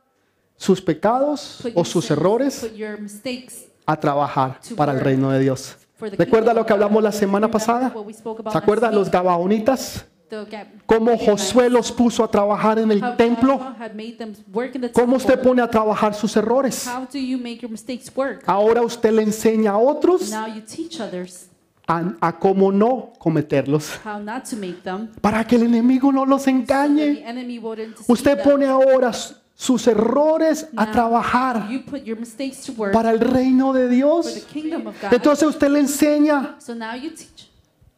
A: sus pecados
B: put
A: o
B: your
A: sus
B: sins,
A: errores
B: put your mistakes
A: a trabajar para el reino de Dios.
B: for the
A: ¿Recuerda
B: kingdom
A: lo que
B: of God.
A: hablamos la semana
B: Remember
A: pasada?
B: what we spoke about
A: ¿Se
B: last
A: acuerdan los
B: week?
A: gabaonitas?
B: The Gab-
A: ¿Cómo
B: Gibeonites.
A: Josué los puso a trabajar en
B: How
A: el
B: God
A: templo?
B: had made them work in the
A: ¿Cómo usted
B: temple.
A: pone a trabajar sus errores?
B: How do you make your mistakes work?
A: Ahora usted le enseña a otros
B: Now you teach others
A: a, a cómo no cometerlos.
B: how not to make them.
A: Para que el enemigo no los
B: so that
A: engañe.
B: the enemy wouldn't deceive
A: Usted
B: them.
A: pone ahora s- sus errores a
B: Now,
A: trabajar
B: You put your mistakes to work
A: para el reino de
B: for the
A: Dios.
B: kingdom of God.
A: Entonces usted le enseña
B: so now you teach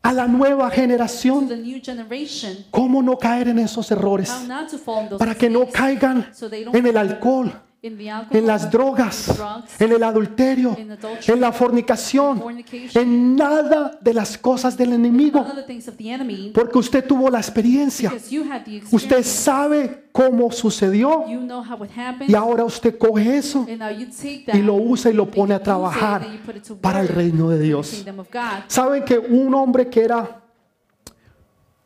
A: a la nueva
B: to
A: generación
B: the new generation
A: cómo no caer en esos errores.
B: how not to fall in those
A: Para que no
B: mistakes,
A: caigan
B: so they don't
A: en el alcohol,
B: in the alcohol,
A: en las drogas, en el adulterio, en la fornicación, en nada de las cosas del enemigo.
B: none of the things of the enemy.
A: Porque usted tuvo la experiencia.
B: Because you had the
A: Usted
B: experience,
A: sabe cómo sucedió
B: you know how it happened,
A: y ahora usted coge eso
B: and now you take that
A: y lo usa y lo
B: and
A: pone a
B: you use it, and
A: trabajar
B: you put it to
A: para el
B: work
A: reino de
B: for the
A: Dios.
B: kingdom of God.
A: Saben que un hombre que era,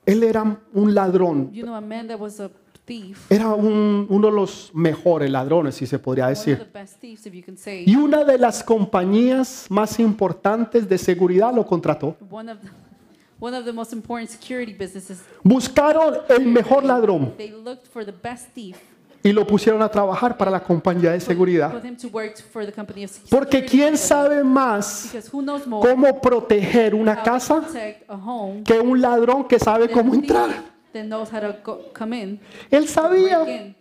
A: él era un ladrón,
B: You know, a man that was a thief,
A: era un- uno de los mejores ladrones, si se podría
B: one of the
A: decir.
B: best thieves, if you can say.
A: Y una de las compañías más importantes de seguridad lo contrató.
B: one of the, one of the most important security businesses.
A: Buscaron el mejor ladrón
B: They looked for the best thief.
A: y lo pusieron a trabajar para la compañía de seguridad.
B: Put him to work for the company of security.
A: Porque quién sabe más
B: Because who knows more
A: cómo proteger una
B: how to
A: casa
B: protect a home
A: que un ladrón que sabe
B: than
A: cómo
B: a thief
A: entrar.
B: that knows how to go, come in.
A: Él
B: break
A: sabía.
B: in.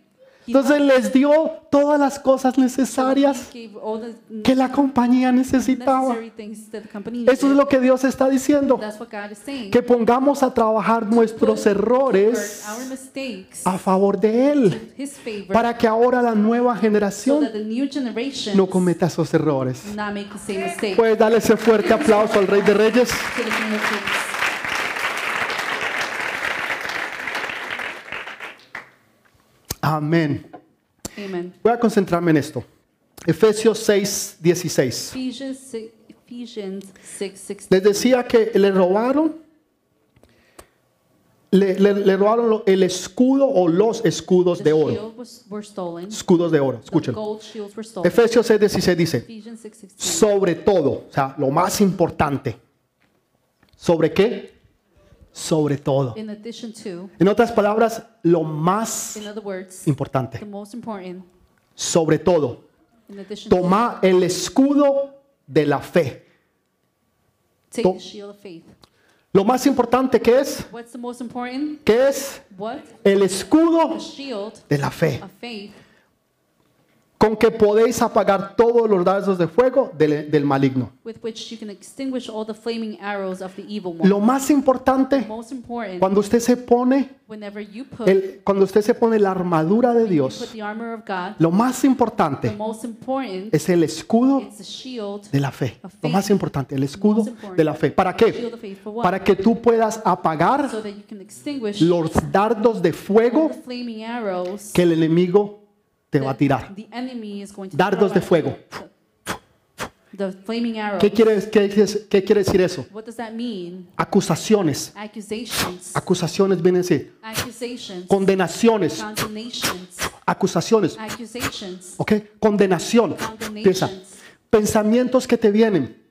B: He
A: Entonces les dio todas las cosas
B: knows-
A: necesarias
B: he gave all the
A: que la compañía necesitaba.
B: necessary things that the company needed.
A: Eso es lo que Dios está diciendo,
B: That's what God is saying.
A: que pongamos a trabajar nuestros errores
B: Our mistakes,
A: a favor de Él,
B: his favor,
A: para que ahora la nueva
B: so that
A: generación
B: the new generation
A: no cometa esos errores.
B: not make the same mistake.
A: Puedes darle ese fuerte aplauso al Rey de Reyes.
B: to the King of Kings.
A: Amén.
B: Amen.
A: Voy a concentrarme en esto. Efesios 6, 16.
B: Ephesians 6, Ephesians 6, 6
A: Les decía que le robaron, le, le- le robaron lo- el escudo o los escudos de oro.
B: shield was, were stolen.
A: Escudos de oro,
B: The
A: escuchen.
B: gold shields were stolen.
A: Efesios 6, 16 dice,
B: Ephesians 6, 16.
A: sobre todo, o sea, lo más importante. ¿Sobre qué? Sobre todo.
B: In addition to,
A: En otras palabras, lo más
B: in other words, the
A: importante.
B: most important,
A: Sobre todo,
B: in addition to,
A: toma el escudo de la fe.
B: take
A: to-
B: the shield of faith.
A: Lo más importante que es,
B: What's the most important?
A: que es
B: What?
A: el escudo
B: The shield
A: de la fe.
B: of faith
A: con que podéis apagar todos los dardos de fuego del, del maligno.
B: with which you can extinguish all the flaming arrows of the evil one.
A: Lo más importante,
B: most important,
A: cuando usted se pone,
B: whenever you put,
A: el- cuando usted se pone la armadura de
B: you put
A: Dios,
B: the armor of God,
A: lo más
B: the
A: importante
B: most important
A: es el escudo
B: is the shield
A: de la fe. Lo más importante, el escudo de la fe. ¿Para
B: Shield
A: qué?
B: of faith for what?
A: Para que tú puedas apagar
B: so that you can extinguish
A: los dardos de
B: all
A: fuego
B: the flaming arrows
A: que el enemigo te va a
B: that
A: tirar.
B: The enemy is going to
A: Dardos de
B: throw at
A: fuego.
B: you. The flaming arrows.
A: ¿Qué quiere, qué quiere- qué quiere decir eso?
B: What does that mean?
A: Acusaciones.
B: Accusations.
A: Acusaciones vienen así.
B: Accusations.
A: Condenaciones.
B: Condemnations.
A: Acusaciones.
B: Accusations.
A: ¿Ok? Condenación. Piensa. Pensamientos que te vienen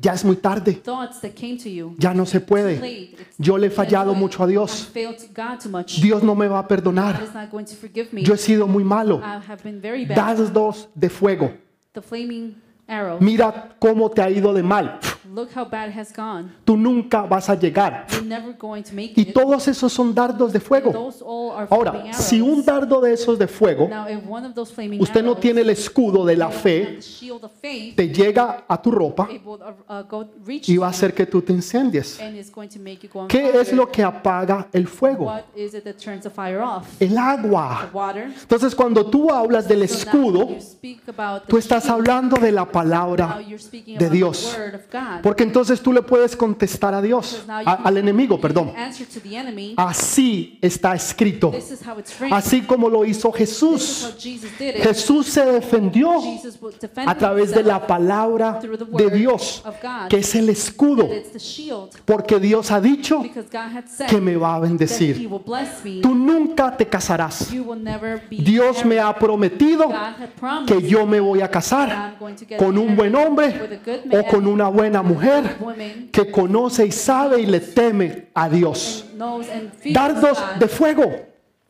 A: Ya es muy tarde,
B: Thoughts that came to you.
A: ya no se puede.
B: Played. It's-
A: Yo le he fallado mucho a
B: I
A: Dios.
B: failed God too much.
A: Dios no me va a
B: God
A: perdonar.
B: is not going to forgive me.
A: Yo he sido muy malo.
B: I have been very bad.
A: Dados de fuego.
B: the flaming arrow.
A: Mira cómo te ha ido de mal.
B: Look how bad it has gone.
A: Tú nunca vas a llegar.
B: You're never going to make
A: Y
B: it.
A: todos esos son dardos de fuego.
B: Those all are flaming
A: Ahora,
B: arrows.
A: si un dardo de esos de fuego,
B: now, if one of those flaming
A: usted no
B: arrows,
A: tiene el escudo de la
B: you don't
A: fe,
B: have the shield of faith,
A: te llega a tu ropa
B: it will uh, uh, go reach
A: y va a
B: you
A: hacer que tú te incendies.
B: and it's going to make you go on
A: ¿Qué
B: fire.
A: es lo que apaga el fuego?
B: What is it that turns the fire off?
A: El agua.
B: Water.
A: Entonces, cuando tú hablas del
B: So now
A: escudo,
B: you speak about the
A: tú estás
B: shield.
A: hablando de la
B: Now
A: palabra.
B: you're speaking
A: de
B: about the
A: Dios.
B: word of God.
A: Porque entonces tú le puedes contestar a Dios, a- al enemigo, perdón.
B: Answer to the enemy.
A: Así está escrito.
B: This is how it's framed.
A: Ah, Así como lo hizo
B: This is
A: Jesús.
B: how Jesus did it.
A: Jesús se defendió
B: Jesus will defend
A: a través de la palabra de Dios, que es el escudo.
B: It's the shield
A: Porque Dios ha dicho
B: because God had said
A: que me va a
B: that He
A: bendecir.
B: will bless me.
A: Tú nunca te casarás.
B: You will never be
A: Dios me
B: married.
A: ha prometido
B: God had promised
A: que yo me voy a
B: that
A: casar
B: I'm going to get
A: con un buen
B: married
A: hombre o con una buena mujer
B: woman
A: que conoce y sabe y le teme a Dios.
B: and knows and fears
A: Dardos
B: God.
A: de fuego.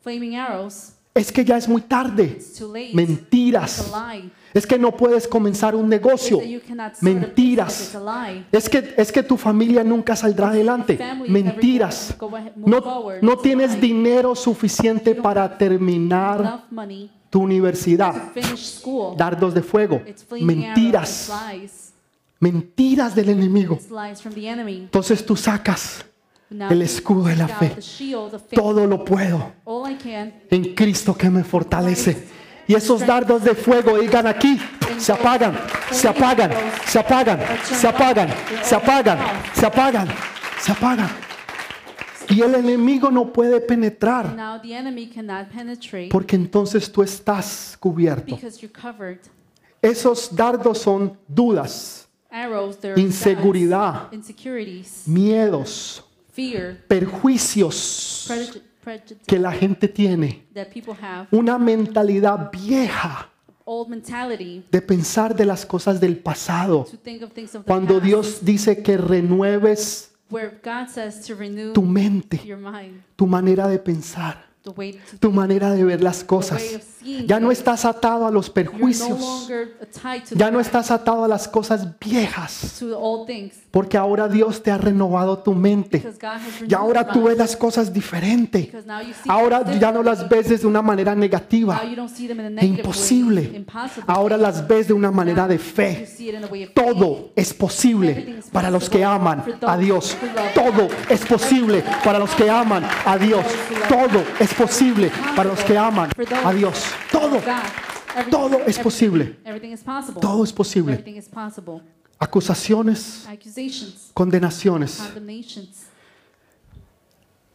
B: flaming arrows.
A: Es que ya es muy tarde.
B: It's too late. It's
A: Mentiras.
B: a lie.
A: Es que no puedes comenzar un
B: It's
A: negocio.
B: that you cannot start a business. It's
A: Mentiras.
B: a lie.
A: Es que, es que tu familia nunca saldrá adelante.
B: Family never
A: Mentiras.
B: go ahead- move
A: No,
B: forward.
A: no
B: It's a
A: tienes
B: lie.
A: dinero suficiente para terminar
B: Enough money
A: tu
B: to
A: universidad.
B: finish school.
A: Dardos de fuego.
B: It's flaming arrows. It's
A: Mentiras.
B: lies.
A: Mentiras del enemigo.
B: It's lies from the enemy.
A: Entonces tú sacas
B: Now
A: el escudo de la
B: without
A: fe.
B: the shield of faith,
A: Todo lo puedo
B: All I can
A: en Cristo que me fortalece. Y esos dardos de fuego, digan aquí, se apagan, se apagan, se apagan, se apagan, se apagan, se apagan, se apagan. Y el enemigo no puede penetrar
B: now the enemy cannot penetrate
A: porque entonces tú estás cubierto.
B: because you're covered.
A: Esos dardos son dudas,
B: Arrows, there are
A: Inseguridad.
B: doubts, insecurities,
A: miedos,
B: fear,
A: perjuicios
B: prejudice, prejudice
A: que la gente tiene.
B: that people have,
A: Una mentalidad vieja
B: old mentality
A: de pensar de las cosas del pasado.
B: to think of things of the
A: Cuando
B: past,
A: Dios dice que renueves
B: where God says to renew
A: tu mente,
B: your mind,
A: tu manera de pensar,
B: the way to
A: tu manera de ver las cosas. Ya no estás atado a los
B: you're no
A: perjuicios,
B: longer tied to
A: ya no
B: the,
A: estás atado a las cosas viejas,
B: to the old things
A: porque ahora Dios te ha renovado tu mente.
B: because God has renewed
A: Y ahora
B: your
A: tú ves
B: mind,
A: las cosas diferente.
B: because now you see
A: Ahora
B: things
A: ya no las ves desde una manera
B: Now
A: negativa,
B: you don't see them in a negative way.
A: imposible.
B: Impossible.
A: Ahora las ves de una manera de
B: You
A: fe.
B: see it in a way of
A: Todo es posible para los que aman a Dios. Todo es posible para los que aman a Dios. Todo es posible para los que aman a Dios. Todo,
B: God. Everything-
A: todo es
B: everything-
A: posible.
B: Everything is possible.
A: todo es posible.
B: Everything is possible.
A: Acusaciones,
B: Accusations,
A: condenaciones.
B: condemnations.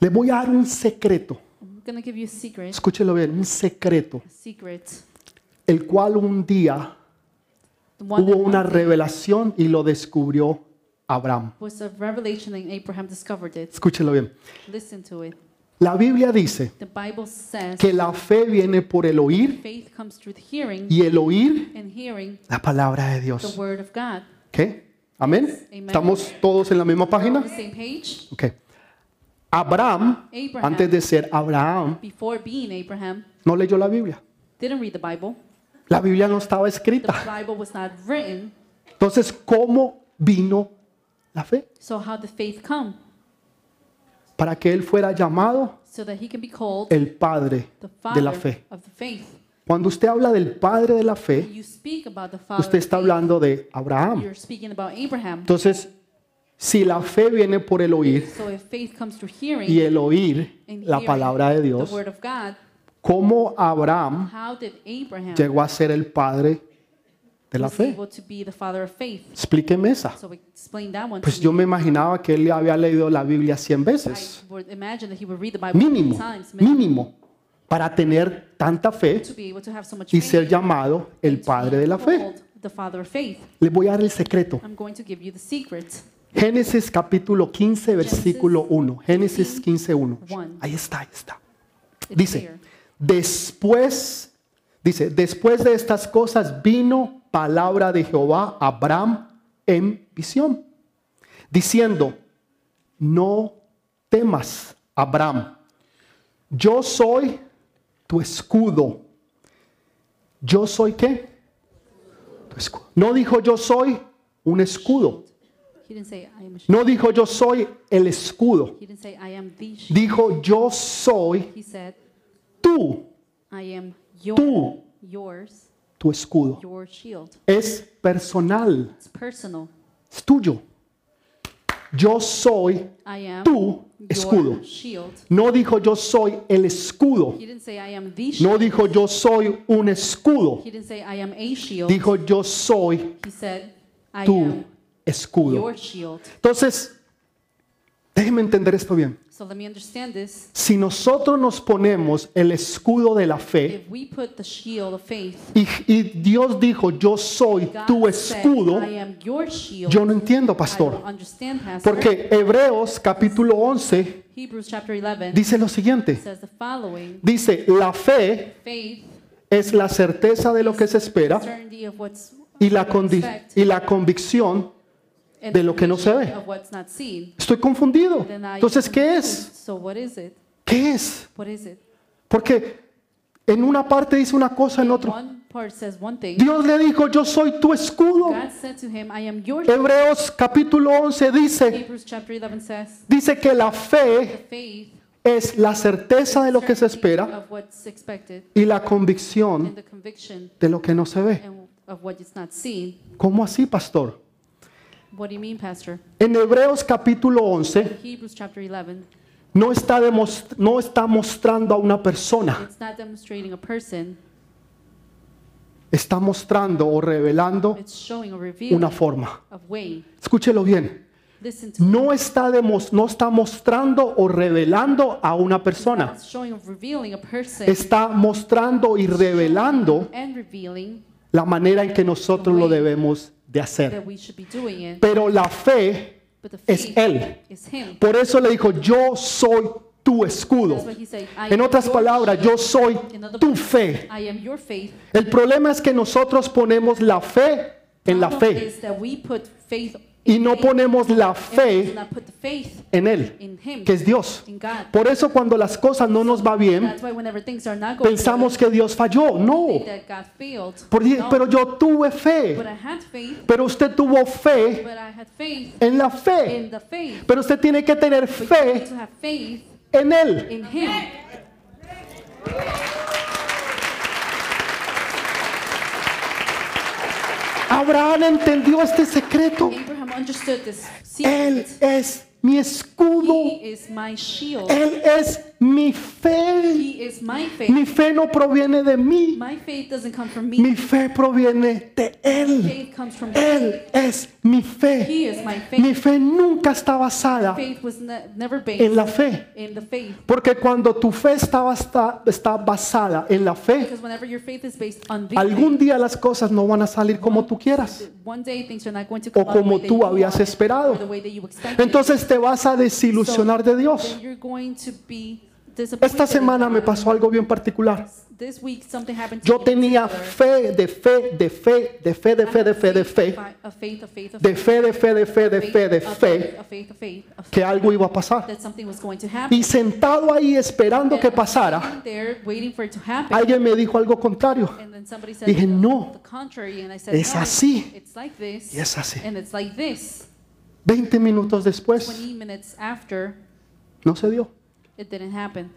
A: Les voy a dar un secreto.
B: I'm going to give you a secret.
A: Escúchelo bien, un secreto.
B: A secret.
A: El cual un día
B: The one
A: hubo
B: that
A: una revelación y lo descubrió Abraham.
B: was a revelation and Abraham discovered it.
A: Escúchelo bien.
B: Listen to it.
A: La Biblia dice
B: The Bible says
A: que la fe viene por el oír
B: faith comes through the hearing
A: y el oír
B: and hearing
A: la palabra de
B: the
A: Dios.
B: word of God.
A: ¿Qué? Amén. ¿Estamos todos en la misma
B: We're on
A: página?
B: the same page.
A: Ok. Abraham,
B: Abraham,
A: antes de ser Abraham,
B: before being Abraham,
A: no leyó la Biblia.
B: didn't read the Bible.
A: La Biblia no estaba
B: The
A: escrita.
B: Bible was not written,
A: Entonces, ¿cómo vino la fe?
B: so how did faith come?
A: Para que él fuera llamado
B: So that he can be called
A: el padre
B: the
A: Eh, de la
B: father
A: fe.
B: of the faith.
A: Cuando usted habla del padre de la
B: When
A: fe,
B: you speak about the father,
A: usted
B: of
A: está
B: faith,
A: hablando de Abraham.
B: you're speaking about Abraham.
A: Entonces, si la fe viene por el oír
B: So if faith comes through hearing
A: y el oír
B: and
A: la
B: hearing
A: palabra de
B: the
A: Dios,
B: word of God,
A: ¿cómo Abraham
B: how did Abraham
A: llegó a ser el padre de la
B: was
A: fe?
B: able to be the father of faith?
A: Explíqueme esa.
B: So explain that one.
A: Pues
B: to
A: yo
B: me.
A: me imaginaba que él había leído la Biblia 100
B: I
A: veces,
B: would imagine that he would read the Bible
A: mínimo,
B: times minimum,
A: mínimo, para tener tanta fe
B: to be able to have so much
A: y
B: faith.
A: ser llamado el padre de la fe.
B: Called The father of faith.
A: Les voy a dar el secreto.
B: I'm going to give you the secret.
A: Génesis capítulo 15, versículo 1. Génesis 15, 1.
B: 1.
A: Ahí está, ahí está.
B: It's
A: Dice,
B: here.
A: después, dice, después de estas cosas vino palabra de Jehová a Abraham en visión, diciendo, no temas, Abraham, yo soy tu escudo. ¿Yo soy qué? Tu escudo. No dijo yo soy un escudo.
B: He didn't say I am a shield.
A: No dijo yo soy el escudo.
B: He didn't say I am the shield.
A: Dijo yo soy
B: He said
A: tú,
B: I am your
A: tú,
B: yours,
A: tu escudo.
B: your shield.
A: Es personal,
B: It's personal.
A: es tuyo. Yo soy
B: I am
A: tu escudo.
B: your shield.
A: No dijo yo soy el escudo.
B: He didn't say I am the shield.
A: No dijo yo soy un escudo.
B: He didn't say I am a shield.
A: Dijo yo soy
B: He said I
A: tu
B: am
A: escudo.
B: your shield.
A: Entonces, déjeme entender esto bien.
B: So let me understand this.
A: Si nosotros nos ponemos el escudo de la fe
B: If we put the shield of faith,
A: y, y Dios dijo, yo soy
B: God
A: tu
B: said,
A: escudo,
B: I am your shield.
A: yo no entiendo,
B: I don't
A: pastor.
B: understand, Pastor.
A: Porque Hebreos capítulo 11
B: Hebrews chapter 11
A: dice lo siguiente.
B: says the following.
A: Dice, la fe
B: Faith,
A: es la certeza de lo que se espera
B: certainty of what's
A: y la,
B: what we
A: condi-
B: expect,
A: y la convicción.
B: and
A: de lo que no se ve.
B: of what's not seen.
A: Estoy confundido.
B: Then I
A: Entonces, ¿qué es?
B: So what is it?
A: ¿Qué es?
B: What is it?
A: Porque en una parte dice una cosa, en otro.
B: One part says one thing.
A: Dios le dijo, yo soy tu escudo.
B: God said to him, I am your shield.
A: Hebreos capítulo 11 dice,
B: Hebrews chapter 11 says
A: dice que la
B: the
A: fe
B: faith
A: es la certeza de lo que se
B: certainty
A: espera
B: of what's expected
A: y la convicción
B: and the conviction
A: de lo que no se ve.
B: and of what is not seen.
A: ¿Cómo así, pastor?
B: What do you mean, Pastor?
A: En Hebreos capítulo 11
B: Hebrews chapter 11.
A: no está, demos- no está mostrando a una persona,
B: It's not demonstrating a person.
A: está mostrando o revelando
B: It's showing a reveal
A: una forma.
B: of way.
A: Escúchelo bien.
B: Listen to
A: No está, demos- no está mostrando o revelando a una persona,
B: It's showing of revealing a person
A: está mostrando y revelando
B: and revealing
A: la manera en que nosotros lo debemos de hacer.
B: that we should be doing it.
A: Pero la fe
B: But the
A: es
B: faith
A: Él.
B: is him.
A: Por eso le dijo, yo soy tu escudo.
B: That's what he said. I
A: En
B: am
A: otras
B: your
A: palabras, yo
B: shield.
A: soy tu fe.
B: I am your faith.
A: El problema es que nosotros ponemos la fe en la
B: Problem
A: fe
B: is that we put faith
A: y
B: in
A: no
B: faith,
A: ponemos la
B: and we do
A: fe
B: not put the faith
A: en Él,
B: in him,
A: que es Dios.
B: in God.
A: Por eso cuando las cosas no nos va bien,
B: That's why whenever things are not going
A: pensamos
B: well,
A: que Dios falló. No,
B: we think that God failed.
A: Por-
B: No,
A: pero yo tuve
B: but
A: fe.
B: I had faith.
A: Pero usted tuvo fe
B: But I had faith
A: en la fe.
B: in the faith.
A: Pero usted tiene que tener
B: But you need
A: fe
B: to have faith
A: en Él.
B: in him.
A: Abraham entendió este secreto.
B: Abraham understood this
A: Él
B: secret.
A: es mi escudo.
B: He is my shield.
A: Él es mi fe.
B: He is my faith.
A: Mi fe no proviene de mí.
B: My faith doesn't come from me.
A: Mi fe proviene de Él.
B: Faith comes from him.
A: Él es mi fe.
B: He is my
A: Mi
B: faith.
A: fe nunca está basada
B: Faith was ne- never
A: en
B: based
A: la fe.
B: in the faith.
A: Porque cuando tu fe está, basta- está basada en la fe,
B: Because whenever your faith is based on the
A: algún día las cosas no van a salir como tú quieras.
B: faith, one day things are not going to
A: O
B: come out the
A: como
B: way that
A: tú
B: you
A: habías
B: wanted
A: esperado.
B: or the way that you expected.
A: Entonces te vas a desilusionar de Dios.
B: Then you're going to be
A: Esta
B: disappointed.
A: semana me pasó algo bien particular.
B: This week something happened to
A: Yo
B: me
A: tenía
B: in particular.
A: fe, de fe, de fe, de fe, de fe, de fe, de fe,
B: A faith, a faith, a
A: de fe, de fe, de fe, de fe, de fe,
B: a faith, a faith, a faith, a faith,
A: que algo iba a pasar.
B: that something was going to happen.
A: Y sentado ahí esperando
B: And
A: que
B: I was
A: pasara,
B: sitting there waiting for it to happen.
A: alguien me dijo algo contrario.
B: and then somebody said
A: Dije, "No,
B: the contrary, and I said,
A: es
B: no,
A: así."
B: It's like this.
A: Y es así. Pues
B: And it's like this.
A: 20 minutos después,
B: 20 minutes after,
A: no se dio,
B: it didn't happen.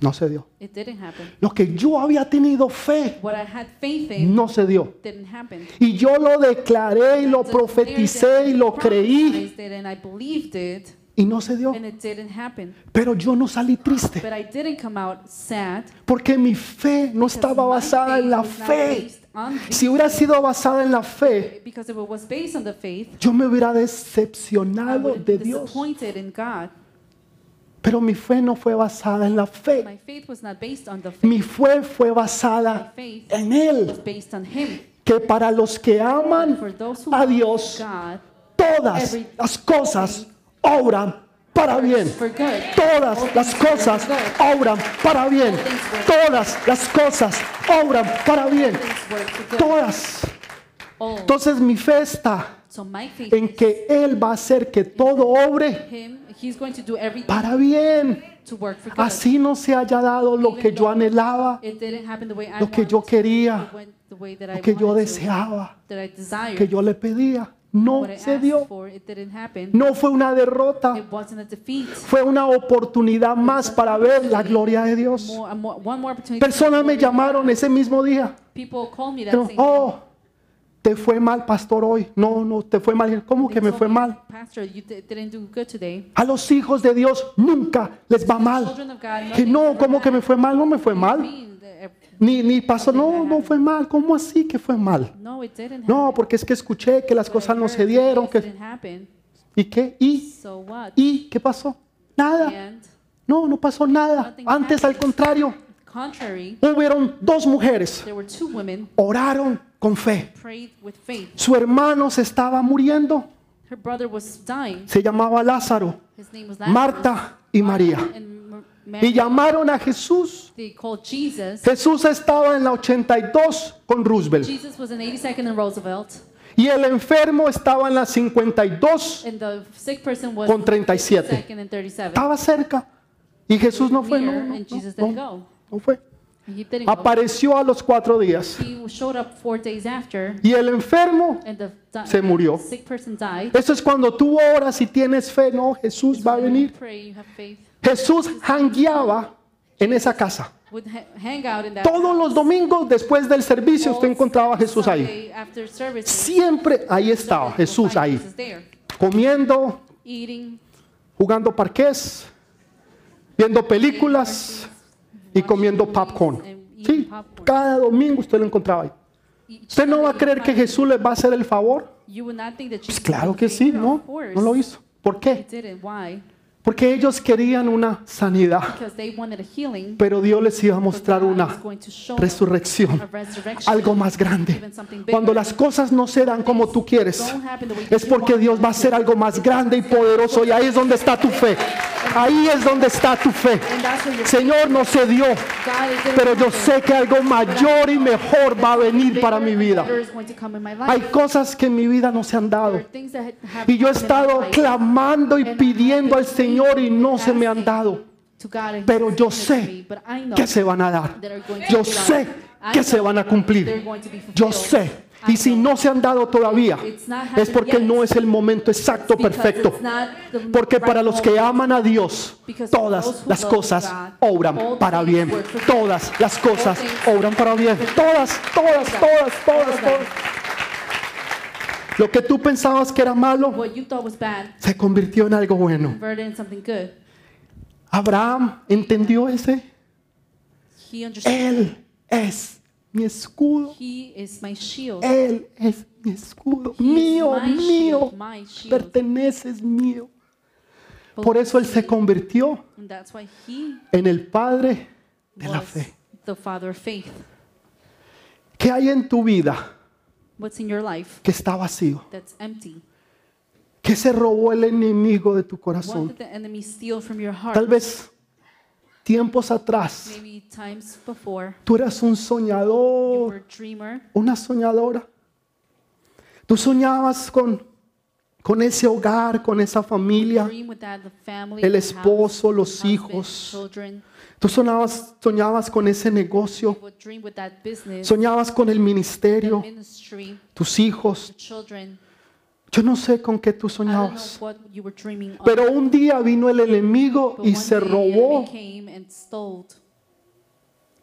A: no se dio.
B: It didn't happen.
A: Lo que yo había tenido fe,
B: What I had faith in
A: no se dio.
B: didn't happen.
A: Y yo lo declaré y lo
B: So it's clear that
A: profeticé y lo
B: I
A: creí
B: prophesied it And I believed it,
A: y no se dio.
B: and it didn't happen.
A: Pero yo no salí triste
B: But I didn't come out sad.
A: porque mi fe no
B: because
A: estaba
B: my
A: basada
B: faith
A: en la
B: was not
A: fe.
B: based on the-
A: Si hubiera sido basada en la fe,
B: Because if it was based on the faith,
A: yo me hubiera
B: I
A: decepcionado
B: would have
A: de
B: been
A: Dios.
B: disappointed in God.
A: Pero mi fe no fue basada en la fe.
B: My faith was not based on the faith.
A: Mi fe fue basada
B: My faith
A: en
B: was
A: Él.
B: based on Him.
A: Que para los que aman
B: For those who
A: a
B: love
A: Dios,
B: God,
A: todas las cosas obran para bien.
B: for good.
A: Todas las cosas obran para bien. Todas las cosas obran para bien.
B: Things work for good.
A: Todas.
B: All.
A: Entonces mi fe está
B: So my faith
A: en que Él va a hacer que todo obre
B: is him. He's going to do everything
A: para bien.
B: to work for good.
A: Así no se haya dado lo que yo anhelaba,
B: It didn't happen the way I
A: lo que yo
B: wanted to.
A: quería,
B: It went the way that I
A: lo que yo
B: wanted to,
A: deseaba,
B: that I desired.
A: que yo le pedía. No
B: what I
A: se
B: asked
A: dio.
B: for, it didn't happen.
A: No fue una derrota,
B: It wasn't a defeat.
A: fue una oportunidad más para ver la gloria de Dios.
B: More, a more- one more opportunity.
A: Personas me llamaron ese mismo día.
B: People called me that
A: Pero,
B: same day.
A: oh, te fue mal, pastor, hoy. No, no, te fue mal. ¿Cómo
B: They
A: que me
B: told
A: fue mal?
B: Pastor, you di- didn't do good today.
A: A los hijos de Dios nunca les va mal.
B: Children of God,
A: Que
B: nothing
A: no,
B: ever
A: ¿cómo que me
B: matters.
A: fue mal? No me fue mal.
B: Mean that, eh,
A: Ni, ni pasó, no, no fue mal. ¿Cómo así que fue mal?
B: No, it didn't
A: No,
B: happen.
A: porque es que escuché que las
B: But I
A: cosas no
B: heard
A: se
B: that
A: dieron.
B: things
A: Que,
B: didn't happen.
A: ¿Y qué? ¿Y?
B: So what?
A: ¿Y qué pasó? Nada.
B: And
A: No, no pasó nada. Antes, al contrario,
B: contrary,
A: hubieron dos mujeres.
B: there were two women
A: Oraron con fe.
B: prayed with faith.
A: Su hermano se estaba muriendo.
B: Her brother was dying.
A: Se llamaba Lázaro.
B: His name was Lazarus.
A: Marta y María.
B: And Mar-
A: Y
B: Mary,
A: llamaron a Jesús.
B: they called Jesus.
A: Jesús estaba en la 82 con Roosevelt.
B: Jesus was in 82nd and Roosevelt,
A: Y el enfermo estaba en la 52
B: and the sick person was
A: con 37.
B: 2nd and 37th.
A: Estaba cerca. Y Jesús Ah, no fue. No, no,
B: and Jesus
A: no,
B: didn't
A: no,
B: go.
A: no fue.
B: He didn't go.
A: Apareció a los cuatro días.
B: He showed up four days after,
A: Y el enfermo.
B: and the di-
A: Se murió.
B: sick person died.
A: Eso es cuando tú oras y tienes fe. No, Jesús va a
B: When you
A: venir.
B: Pray, you have faith.
A: Jesús hangueaba en esa casa.
B: Would ha- hang out in that
A: Todos los domingos después del servicio usted
B: All
A: encontraba a Jesús ahí.
B: Sunday after service,
A: Siempre ahí estaba
B: somebody will
A: Jesús
B: find
A: ahí.
B: Jesus there,
A: Comiendo,
B: eating,
A: jugando parqués, viendo películas y comiendo popcorn. Sí, cada domingo usted lo encontraba ahí.
B: each
A: ¿Usted no va a
B: Sunday
A: creer que
B: find-
A: Jesús les va a hacer el favor?
B: You would not think that
A: Pues
B: Jesus
A: claro
B: would
A: que
B: say,
A: sí,
B: "No,
A: ¿no?
B: of course."
A: No lo hizo. ¿Por
B: He
A: qué?
B: didn't. Why?
A: Porque ellos querían una sanidad,
B: Because they wanted a healing.
A: pero Dios les iba a
B: but
A: mostrar
B: God is
A: una
B: going to show them a
A: resurrección,
B: resurrection.
A: algo más grande.
B: Even something bigger.
A: Cuando las cosas no se dan como tú quieres,
B: Don't happen the way
A: es
B: you
A: porque
B: want
A: Dios
B: them
A: va a
B: to.
A: hacer algo más grande y poderoso y ahí es donde está tu fe. Ahí es donde está tu fe.
B: And that's what you're
A: Señor, no se dio,
B: God, it didn't
A: pero yo
B: happen.
A: sé que algo mayor y mejor va a venir
B: Bigger
A: para mi
B: and
A: vida.
B: better is going to come in my life.
A: Hay cosas que en mi vida no se han
B: There
A: dado
B: are things that have
A: y yo he
B: happened in my
A: estado
B: life.
A: clamando y pidiendo al Señor y no se me han dado,
B: To God and
A: pero yo
B: He's given it to
A: sé
B: me, but I know
A: que se van a dar.
B: that are going to
A: Yo
B: be
A: sé
B: done. I
A: que
B: know
A: se van a cumplir.
B: they're going to be
A: Yo
B: fulfilled.
A: sé.
B: I
A: Y si
B: know
A: no se han dado todavía,
B: It's not
A: es
B: happened
A: porque
B: yet.
A: no es el momento exacto
B: because
A: perfecto.
B: it's not the
A: Porque
B: right
A: para los que
B: moment.
A: aman a Dios,
B: Because those
A: todas
B: who
A: las
B: love
A: cosas
B: God,
A: obran
B: all
A: para
B: things
A: bien.
B: work for good.
A: Todas las cosas
B: things
A: obran para bien. Todas, todas,
B: All
A: todas,
B: of
A: todas,
B: them.
A: todas. Lo que tú pensabas que era malo
B: What you thought was bad
A: se convirtió en algo bueno.
B: converted in something good.
A: Abraham entendió ese.
B: He understood.
A: Él es mi escudo.
B: He is my shield.
A: Él es mi escudo.
B: He is
A: Mío,
B: my
A: mío.
B: shield, my shield.
A: Perteneces mío. Por eso él se convirtió
B: And that's why he
A: en el padre de la
B: was
A: fe.
B: the father of faith.
A: ¿Qué hay en tu vida
B: What's in your life
A: que está vacío?
B: that's empty?
A: ¿Qué se robó el enemigo de tu
B: What
A: corazón?
B: did the enemy steal from your heart?
A: Tal vez tiempos atrás
B: Maybe times before
A: tú eras un
B: you
A: soñador,
B: were a dreamer.
A: una soñadora. Tú soñabas con, con ese hogar, con esa familia.
B: Dream with that, the family,
A: el
B: the house,
A: esposo, los
B: husband,
A: hijos.
B: children.
A: Tú soñabas, soñabas con ese
B: You
A: negocio,
B: would dream with that business,
A: soñabas con el
B: the
A: ministerio,
B: ministry,
A: tus hijos.
B: the children.
A: Yo no sé con qué tú
B: I don't know
A: soñabas.
B: what you were dreaming of.
A: Pero un día vino el enemigo
B: But
A: y
B: one
A: se
B: day the enemy
A: robó
B: came and stole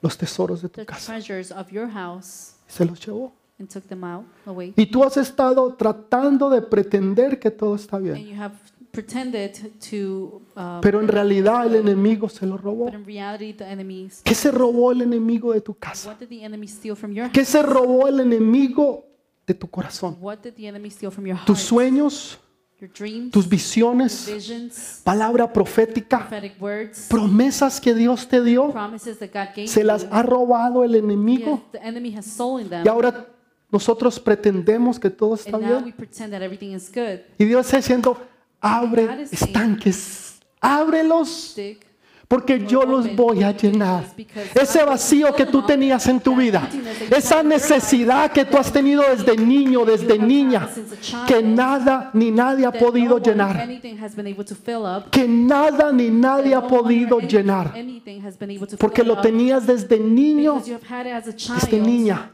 A: los tesoros de tu
B: the
A: casa.
B: treasures of your house
A: Se los llevó.
B: and took them out away.
A: Y tú has estado tratando de pretender que todo está
B: And
A: bien.
B: you have pretended to, uh,
A: Pero en realidad el enemigo se lo robó.
B: but in reality, the enemy.
A: ¿Qué se robó el enemigo de tu casa?
B: What did the enemy steal from your
A: ¿Qué se robó el enemigo de tu corazón?
B: What did the enemy steal from your heart?
A: Tus sueños,
B: your dreams,
A: tus visiones,
B: visions,
A: palabra profética,
B: prophetic words,
A: promesas que Dios te dio,
B: promises that God gave
A: se las
B: you.
A: ha robado el
B: Yes,
A: enemigo
B: the enemy has stolen them.
A: y ahora nosotros pretendemos que todo está
B: and now we
A: bien.
B: pretend that everything is good.
A: Y Dios está diciendo, abre estanques, ábrelos,
B: Dig,
A: Porque yo los voy a llenar. Ese vacío que tú tenías en tu vida, esa necesidad que tú has tenido desde niño, desde niña, que nada ni nadie ha
B: that no
A: podido
B: one,
A: llenar.
B: anything has been able to fill up,
A: Que nada ni nadie ha
B: no one,
A: podido
B: any-
A: llenar.
B: anything has been able to
A: Porque
B: fill
A: lo
B: up
A: tenías desde niño,
B: because you have had it as a child.
A: desde niña.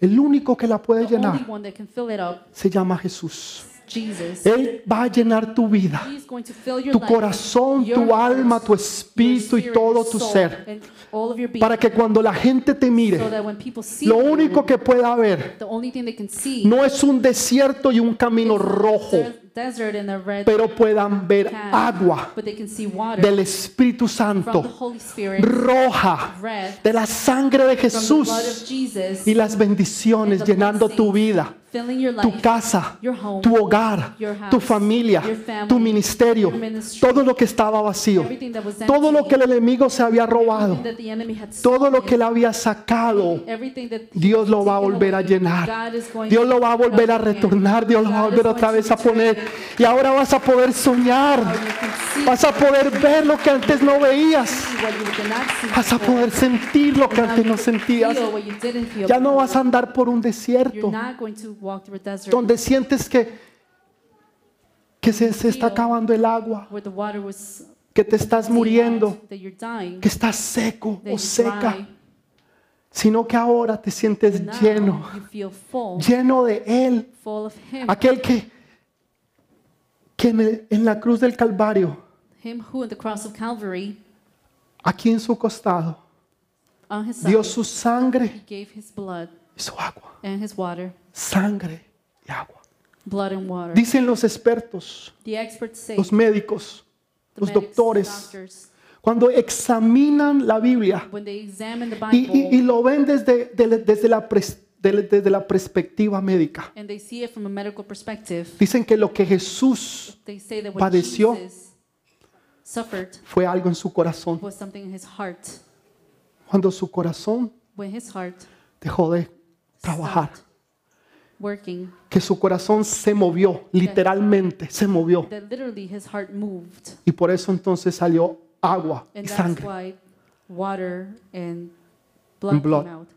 A: El único que la puede
B: The only
A: llenar
B: one that can fill it up,
A: se llama Jesús.
B: is Jesus.
A: Él va a llenar tu vida.
B: He is going to fill your
A: Eh, tu
B: life,
A: corazón,
B: your
A: tu
B: heart,
A: alma, tu
B: your
A: espíritu y
B: spirit,
A: todo
B: your
A: tu
B: soul,
A: ser.
B: and all of your being,
A: Para que cuando la gente te
B: so
A: mire,
B: that when people see
A: lo
B: you,
A: único que pueda ver
B: the only thing they can see
A: no es un desierto y un camino
B: is a
A: rojo,
B: desert- desert and a red
A: pero puedan ver
B: can,
A: agua
B: but they can see water
A: del Espíritu
B: from the
A: Santo
B: Holy Spirit,
A: roja,
B: red
A: de la sangre de
B: from the blood
A: Jesús
B: of Jesus,
A: y las bendiciones llenando tu vida,
B: filling your life,
A: tu casa,
B: your home,
A: tu hogar,
B: your house,
A: tu familia,
B: your family,
A: tu ministerio,
B: your ministry,
A: todo lo que estaba vacío,
B: everything that was
A: todo lo
B: empty,
A: que el enemigo se había robado.
B: everything that the enemy had
A: Todo lo que él
B: stolen,
A: había sacado,
B: everything that
A: Dios lo va a
B: taken
A: volver a
B: away,
A: llenar.
B: God is going
A: Dios
B: to
A: lo va a
B: fill
A: volver a
B: it again.
A: retornar, Dios lo va a
B: God
A: volver
B: is
A: otra
B: going
A: vez
B: to
A: a poner.
B: return it.
A: Y ahora vas a poder
B: Now
A: soñar,
B: you can see
A: vas a poder ver lo que antes no veías,
B: what you did not see
A: vas a
B: before.
A: poder sentir lo que
B: Now
A: antes
B: you
A: no
B: can
A: sentías.
B: feel what you didn't feel
A: Ya no vas a
B: before.
A: andar por un
B: You're
A: desierto
B: not going to walk through a desert
A: donde sientes que que se, se está acabando el agua,
B: where the water was
A: que te estás muriendo,
B: that you're dying,
A: que estás seco
B: that
A: o
B: you
A: seca,
B: dry.
A: sino que ahora te sientes
B: Now
A: lleno,
B: you feel full,
A: lleno de él.
B: full of Him,
A: Aquel que, que en, el- en la cruz del Calvario,
B: Him who on the cross of Calvary,
A: aquí en su costado,
B: on His side,
A: dio su
B: He
A: sangre
B: gave His blood
A: y su agua.
B: and His water,
A: Sangre y agua.
B: blood and water.
A: Dicen los expertos,
B: the experts say,
A: los médicos,
B: the
A: los
B: medics,
A: doctores,
B: doctors,
A: cuando examinan la Biblia
B: when they examine the
A: y,
B: Bible
A: y- y lo ven desde, de- desde, la pres- de- desde la perspectiva médica,
B: and they see it from a medical perspective,
A: dicen que lo que Jesús
B: they say that what
A: Padeció.
B: Jesus suffered
A: fue algo en su corazón,
B: was something in His heart.
A: cuando su corazón
B: When His heart
A: dejó de trabajar.
B: stopped working,
A: que su corazón se movió, literalmente se movió.
B: that literally His heart moved.
A: Y por eso entonces salió agua y
B: And that's
A: sangre.
B: why water and blood,
A: blood.
B: came out.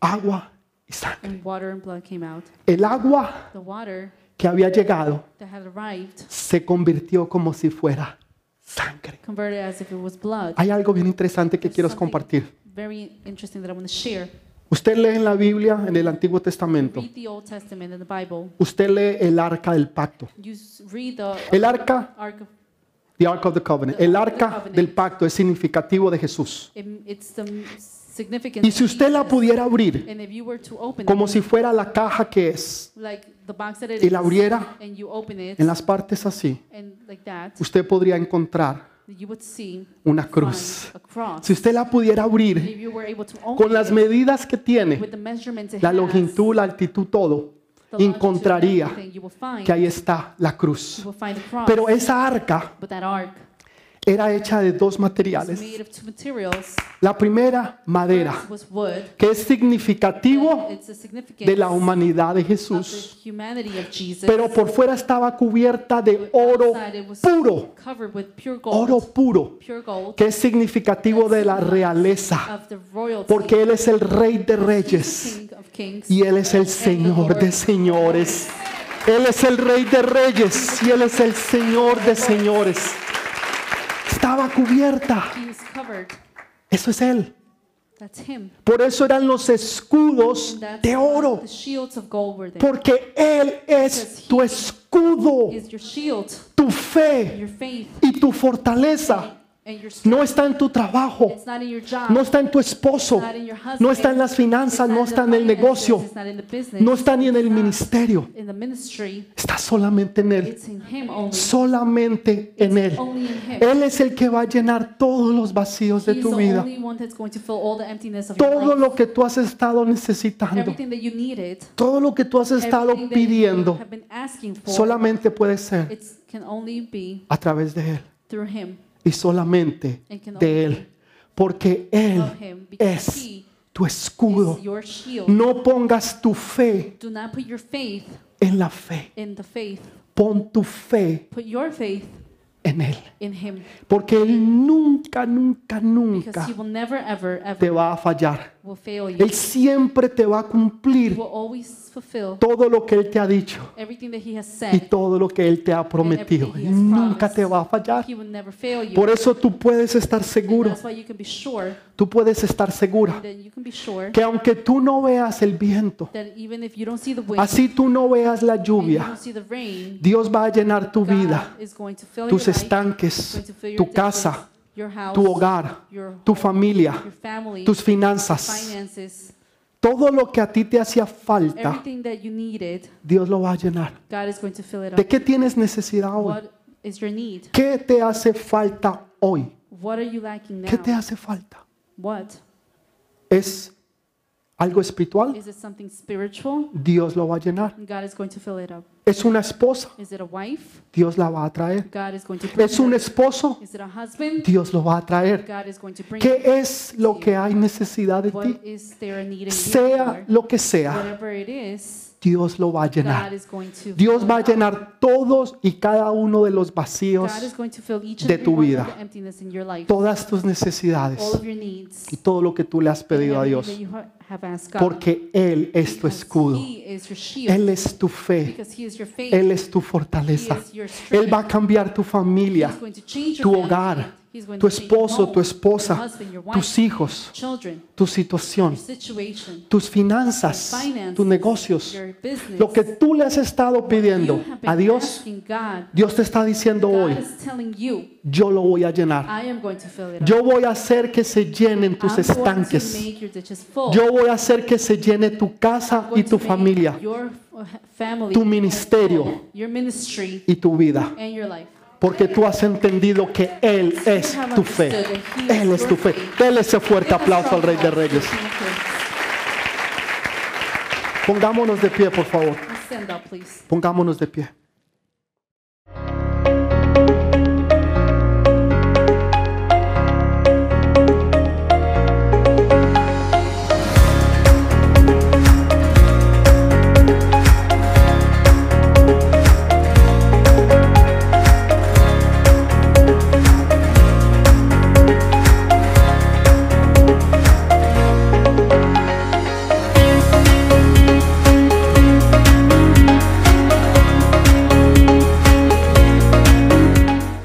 A: Agua y sangre.
B: And water and blood came out.
A: El agua
B: The water
A: que había llegado
B: that had arrived
A: se convirtió como si fuera sangre.
B: converted as if it was blood.
A: Hay algo bien interesante que
B: There's
A: quiero
B: something
A: compartir.
B: Very interesting that I want to share.
A: Usted lee en la Biblia, en el Antiguo Testamento,
B: Read the Old Testament and the Bible.
A: usted lee el arca del pacto.
B: You s- read the
A: El arca,
B: Ark of
A: the Ark of the Covenant, el arca del pacto es significativo de Jesús.
B: it- it's the m- significance.
A: Y si
B: of
A: usted la
B: Jesus.
A: pudiera abrir
B: and if you were to open
A: como
B: it,
A: si fuera la caja que es,
B: like the box that it
A: y la
B: is,
A: abriera
B: and you open it,
A: en las partes así,
B: and like that,
A: usted podría encontrar
B: you would see
A: una
B: find
A: cruz.
B: a cross.
A: Si usted la pudiera abrir
B: if you were able to open
A: con las
B: it,
A: medidas que tiene,
B: with the measurements it
A: la
B: has,
A: longitud, la altitud, todo,
B: the longitude and
A: encontraría
B: everything, you will find,
A: que ahí está la
B: you
A: cruz.
B: will find the cross.
A: Pero esa arca
B: but that ark
A: era hecha de dos
B: was
A: materiales.
B: made of two materials.
A: La primera, madera,
B: First was wood.
A: que es significativo
B: It's a significance
A: de la humanidad de
B: of the
A: Jesús,
B: humanity of Jesus.
A: pero por fuera estaba cubierta de
B: But
A: oro
B: outside it was
A: puro,
B: covered with pure gold.
A: oro puro,
B: pure gold
A: que es significativo de la realeza,
B: of the royalty.
A: porque Él es el rey de
B: He's
A: reyes.
B: the King of kings.
A: Y Él es el Señor de señores. Él es el Rey de reyes y Él es el Señor de señores. Estaba cubierta.
B: He is covered.
A: Eso es Él.
B: That's him.
A: Por eso eran los escudos
B: That's
A: de oro.
B: The shields of gold were there.
A: Porque Él es tu escudo.
B: Is your shield,
A: Tu fe
B: your faith,
A: y tu fortaleza
B: and your strength.
A: no está en tu trabajo.
B: It's not in your job.
A: No está en tu esposo.
B: not in your husband.
A: No está en las finanzas.
B: It's
A: No
B: not
A: está en
B: the
A: el
B: finances,
A: negocio.
B: it's not in the business,
A: No está ni en el
B: it's not
A: ministerio.
B: In the ministry,
A: Está solamente en Él.
B: it's in Him only.
A: solamente en Él.
B: only in Him.
A: Él es el que va a llenar todos los vacíos de
B: He's
A: tu
B: the
A: vida,
B: only one that's going to fill all the emptiness of your
A: todo
B: life.
A: lo que tú has estado necesitando,
B: Everything that you needed,
A: todo lo que tú has estado
B: everything that you
A: pidiendo,
B: have been asking for,
A: solamente puede ser
B: it can only be
A: a través de Él
B: through Him.
A: y solamente
B: It can
A: de Él, porque
B: of
A: Él
B: him, because
A: es
B: he
A: tu escudo.
B: It's your shield.
A: No pongas tu fe
B: Do not put your faith
A: en la fe,
B: in the faith.
A: pon tu fe
B: Put your faith
A: en Él.
B: in him
A: Porque Él nunca, nunca,
B: because
A: nunca
B: he will never, ever,
A: te
B: ever
A: va a fallar.
B: will fail you.
A: Él siempre te va a
B: He
A: cumplir
B: will always fulfill
A: todo lo que Él te ha dicho
B: everything that he has
A: y
B: said.
A: todo lo que Él te ha prometido. Él nunca te va a fallar.
B: He will never fail you.
A: Por eso tú puedes estar seguro,
B: That's why you can be sure
A: tú puedes estar segura
B: that you can be sure
A: que aunque tú no veas el viento,
B: that even if you don't see the wind,
A: así tú no veas la
B: and you
A: lluvia,
B: don't see the rain,
A: Dios va a llenar tu
B: God
A: vida,
B: is going to fill
A: tus
B: your life, is
A: estanques,
B: going to fill your
A: tu
B: deserts,
A: casa,
B: your house,
A: tu hogar,
B: your,
A: tu
B: home,
A: familia,
B: your family,
A: tus finanzas.
B: finances,
A: Todo lo que a ti te hacía falta,
B: everything that you needed,
A: Dios lo va a llenar.
B: God is going to fill it up.
A: ¿De qué tienes necesidad hoy?
B: What is your need?
A: ¿Qué te hace falta hoy?
B: What are you lacking
A: ¿Qué te
B: now?
A: hace falta?
B: What?
A: ¿Es algo espiritual?
B: Is it something spiritual?
A: Dios lo va a llenar.
B: God is going to fill it up.
A: ¿Es una esposa?
B: Is it a wife?
A: Dios la va a traer.
B: God is going to bring
A: ¿Es un
B: it up.
A: esposo?
B: Is it a husband?
A: Dios lo va a traer.
B: God is going to bring it
A: ¿Qué es lo que hay necesidad de
B: up. What
A: ti?
B: is there a need in you
A: Sea
B: for?
A: lo que sea,
B: Whatever it is,
A: Dios lo va a
B: God
A: llenar.
B: is going to
A: Dios
B: fill
A: va a
B: it up.
A: llenar todos y cada uno de los vacíos,
B: God is going to fill each and
A: de
B: every
A: tu
B: one
A: vida.
B: of the emptiness in your life.
A: todas tus
B: All
A: necesidades
B: of your needs.
A: y todo lo que tú le has pedido a
B: everything
A: Dios.
B: that you ha- have asked God.
A: Porque Él es tu
B: Because
A: escudo,
B: He is your shield.
A: Él es tu fe,
B: because he is your faith.
A: Él es tu
B: he
A: fortaleza.
B: is your strength.
A: Él va a cambiar tu familia,
B: He's going to change your
A: tu
B: family.
A: hogar,
B: He's going
A: tu
B: to change your
A: esposo,
B: home,
A: tu
B: your
A: esposa,
B: husband, your wife,
A: tus hijos,
B: children,
A: tu situación,
B: your situation,
A: tus finanzas,
B: finances,
A: tus negocios,
B: your business.
A: lo que tú le has estado pidiendo
B: you have been
A: a Dios,
B: asking God,
A: Dios te está diciendo
B: God
A: hoy,
B: is telling you,
A: yo lo voy a llenar.
B: I am going to fill it up.
A: Yo voy a hacer que se llenen tus
B: I'm going to
A: estanques.
B: make your ditches full.
A: Yo voy a hacer que se llene tu casa
B: I'm going
A: y tu
B: to make
A: familia,
B: your uh, family,
A: tu ministerio
B: your ministry,
A: y tu vida.
B: and your life.
A: Porque tú has entendido que Él es tu fe. Él es tu fe. Dele ese fuerte aplauso al Rey de Reyes. Pongámonos de pie, por favor.
B: Stand up, please.
A: Pongámonos de pie.